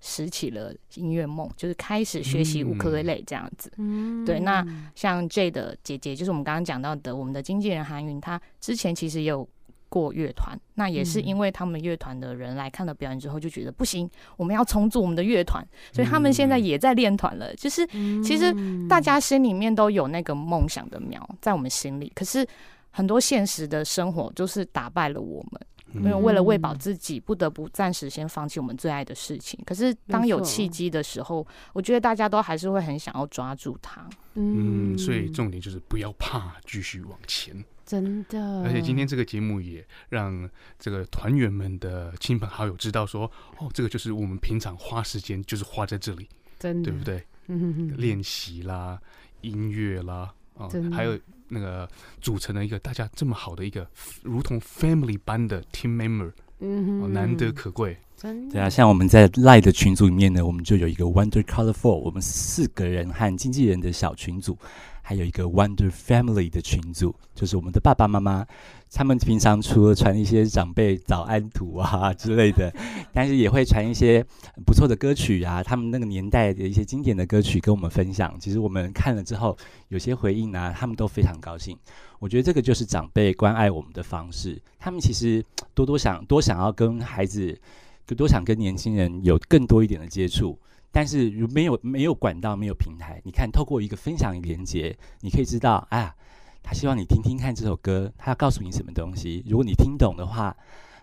Speaker 6: 拾起了音乐梦，就是开始学习乌克丽丽这样子。
Speaker 3: 嗯
Speaker 6: 对，那像 J 的姐姐，就是我们刚刚讲到的，我们的经纪人韩云，她之前其实也有过乐团，那也是
Speaker 3: 嗯
Speaker 6: 因为他们乐团的人来看了表演之后，就觉得不行，我们要重组我们的乐团，所以他们
Speaker 3: 嗯
Speaker 6: 现在也在练团了。就是其实大家心里面都有那个梦想的苗在我们心里，可是很多现实的生活就是打败了我们。因
Speaker 2: 嗯
Speaker 6: 为为了喂
Speaker 3: 嗯
Speaker 6: 饱自己，不得不暂时先放弃我们最爱的事情。可是当有
Speaker 3: 没错
Speaker 6: 契机的时候，我觉得大家都还是会很想要抓住它。
Speaker 2: 嗯，所以重点就是不要怕，继续往前。
Speaker 3: 真的，
Speaker 2: 而且今天这个节目也让这个团员们的亲朋好友知道说，哦，这个就是我们平常花时间就是花在这里，
Speaker 3: 真的
Speaker 2: 对不？对？
Speaker 3: 嗯，
Speaker 2: 练习啦，音乐啦，啊、
Speaker 3: 真的
Speaker 2: 还有那个组成了一个大家这么好的一个如同 family 般的 team member，
Speaker 3: 嗯
Speaker 2: 哦，难得可贵。
Speaker 3: 真
Speaker 7: 对啊，像我们在 Lie 的群组里面呢，我们就有一个 Wonder Colorful，我们四个人和经纪人的小群组，还有一个 Wonder Family 的群组，就是我们的爸爸妈妈，他们平常除了传一些长辈早安图啊之类的，但是也会传一些不错的歌曲啊，他们那个年代的一些经典的歌曲跟我们分享。其实我们看了之后，有些回应啊，他们都非常高兴。我觉得这个就是长辈关爱我们的方式，他们其实多多想多想要跟孩子。就多想跟年轻人有更多一点的接触。但是如没有没有管道，没有平台，你看透过一个分享连接，你可以知道，啊，他希望你听听看这首歌，他要告诉你什么东西。如果你听懂的话，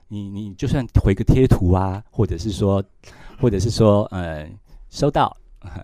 Speaker 7: 你你就算回个贴图啊，或者是说， 或者是说，呃，收到，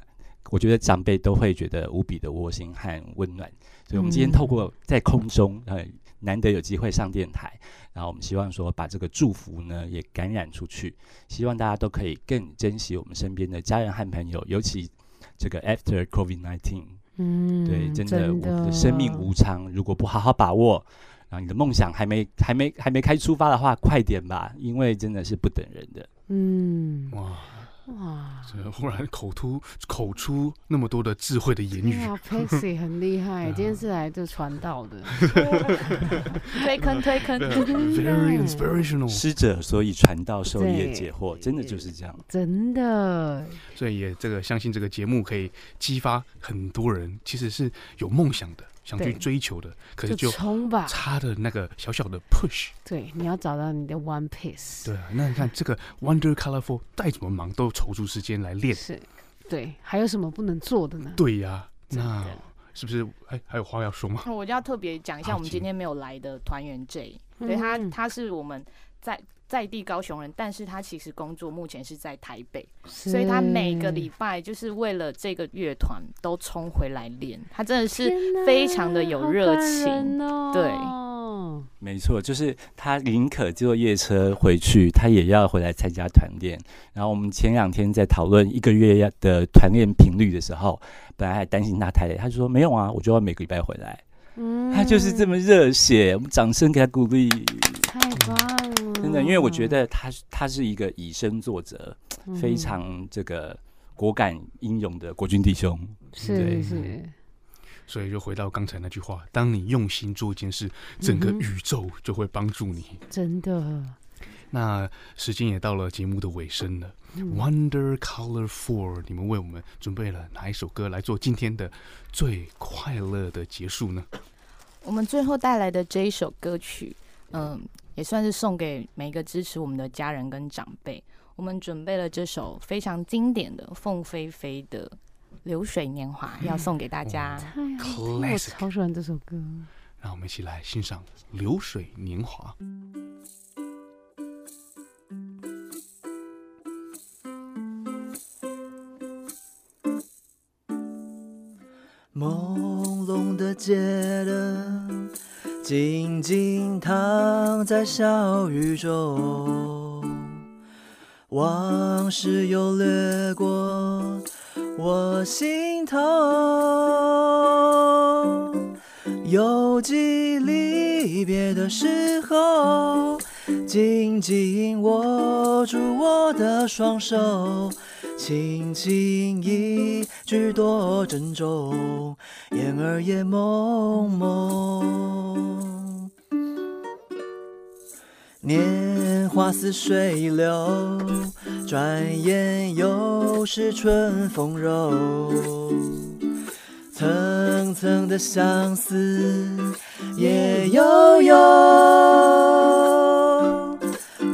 Speaker 7: 我觉得长辈都会觉得无比的窝心和温暖。所以，我们今天
Speaker 3: 嗯
Speaker 7: 透过在空中，呃，难得有机会上电台，然后我们希望说把这个祝福呢也感染出去，希望大家都可以更珍惜我们身边的家人和朋友，尤其这个 after COVID nineteen，、
Speaker 3: 嗯，
Speaker 7: 对，真的我们
Speaker 3: 的
Speaker 7: 的生命无常，如果不好好把握，然后你的梦想还没还没还没开出发的话，快点吧，因为真的是不等人的。
Speaker 3: 嗯
Speaker 2: 哇，
Speaker 3: 哇，
Speaker 2: 这忽然口出口出那么多的智慧的言
Speaker 3: 对
Speaker 2: 语，
Speaker 3: 啊，Pixie 很厉 害，今天是来就传道的，
Speaker 11: 推坑推坑，
Speaker 3: 啊
Speaker 2: Very inspirational，
Speaker 7: 师者，所以传道授业
Speaker 3: 嗯对
Speaker 7: 解惑，真的就是这样。
Speaker 3: 真的，
Speaker 2: 所以也这个相信这个节目可以激发很多人，其实是有梦想的，想去
Speaker 3: 对
Speaker 2: 追求的，可是
Speaker 3: 就
Speaker 2: 就
Speaker 3: 冲吧，
Speaker 2: 差的那个小小的 push。
Speaker 3: 对，你要找到你的 One Piece，
Speaker 2: 对啊，那你看这个 Wonder Colorful 再怎么忙都抽出时间来练。
Speaker 3: 是，对，还有什么不能做的呢？
Speaker 2: 对呀、
Speaker 3: 真的
Speaker 2: 那是不是还还有话要说吗？
Speaker 6: 那我就要特别讲一下
Speaker 2: 好
Speaker 6: 我们今天没有来的团员 J，
Speaker 3: 嗯
Speaker 6: 对他，他是我们在在地高雄人，但是他其实工作目前是在台北，所
Speaker 3: 所
Speaker 6: 以他每个礼拜就是为了这个乐团都冲回来练，他真的是非常的有热情。对
Speaker 3: 哦，
Speaker 7: 没错，就是他宁可坐夜车回去，他也要回来参加团练。然后我们前两天在讨论一个月要的团练频率的时候，本来还担心他太累，他就说没有啊，我就要每个礼拜回来。
Speaker 3: 嗯
Speaker 7: 他就是这么热血，我们掌声给他鼓励。
Speaker 3: 太棒了，
Speaker 7: 真的，因为我
Speaker 3: 嗯
Speaker 7: 觉得他是他是一个以身作则，非
Speaker 3: 嗯
Speaker 7: 常这个果敢英勇的国军弟兄。
Speaker 3: 是
Speaker 7: 对
Speaker 3: 是，
Speaker 2: 所以就回到刚才那句话，当你用心做一件事，整个
Speaker 3: 嗯哼
Speaker 2: 宇宙就会帮助你。
Speaker 3: 真的，
Speaker 2: 那时间也到了节目的尾声了。
Speaker 3: 嗯
Speaker 2: Wonder Color Four，你们为我们准备了哪一首歌来做今天的最快乐的结束呢？
Speaker 6: 我们最后带来的这一首歌曲，嗯，也算是送给每一个支持我们的家人跟长辈。我们准备了这首非常经典的凤飞飞的《流水年华》，要送给大家。
Speaker 3: 太好听哎了，我
Speaker 2: Classic
Speaker 3: 超喜欢这首歌。
Speaker 2: 让我们一起来欣赏《流水年华》。
Speaker 4: 朦胧的街灯，静静躺在小雨中，往事又掠过我心头。犹记离别的时候，紧紧握住我的双手，轻轻一句多珍重，眼儿也蒙蒙。
Speaker 12: 年华似水流，转眼又是春风柔。层层的相思也悠悠，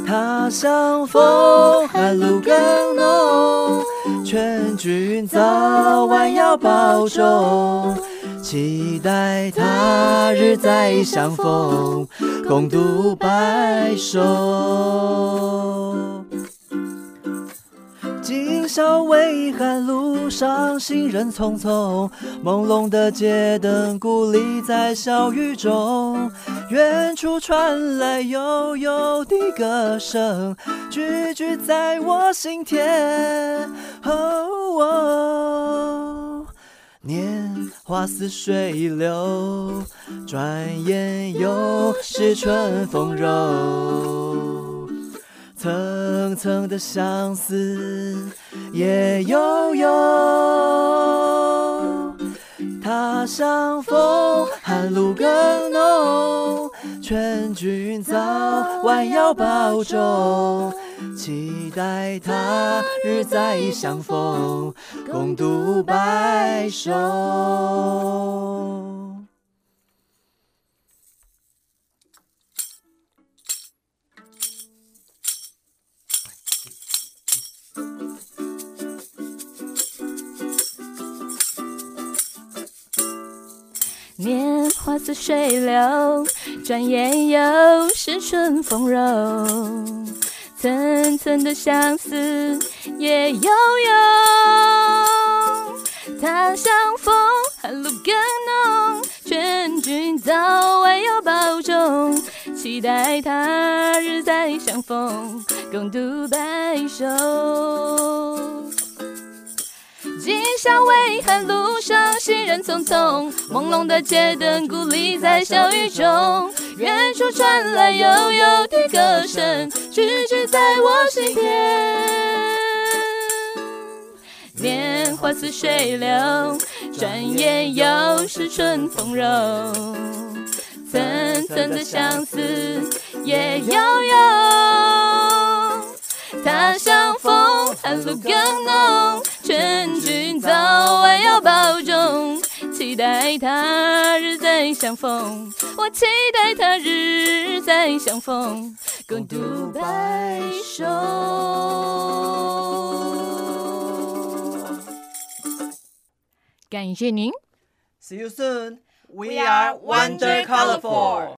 Speaker 12: 他乡风寒露更浓，劝君早晚要保重，期待他日再相逢，共度白首。今宵微寒，路上行人匆匆，朦胧的街灯孤立在小雨中，远处传来悠悠的歌声，句句在我心田。哦哦年华似水流，转眼又是春风柔。层层的相思也悠悠，他乡风寒露更浓，劝君早晚要保重，期待他日再相逢，共度白首。
Speaker 6: 年华似水流，转眼又是春风柔。层层的相思也悠悠，他乡风寒露更浓，劝君早晚要保重，期待他日再相逢，共度白首。今宵微寒，路上行人匆匆，朦胧的街灯孤立在小雨中，远处传来悠悠的歌声，句句在我心田。年华似水流，转眼又是春风柔。层层的相思也悠悠，他乡风寒露更浓，劝君早晚要保重，期待他日再相逢，我期待他日再相逢，共度白首。感谢您。
Speaker 12: See you soon. We
Speaker 4: are Wonder Colorful.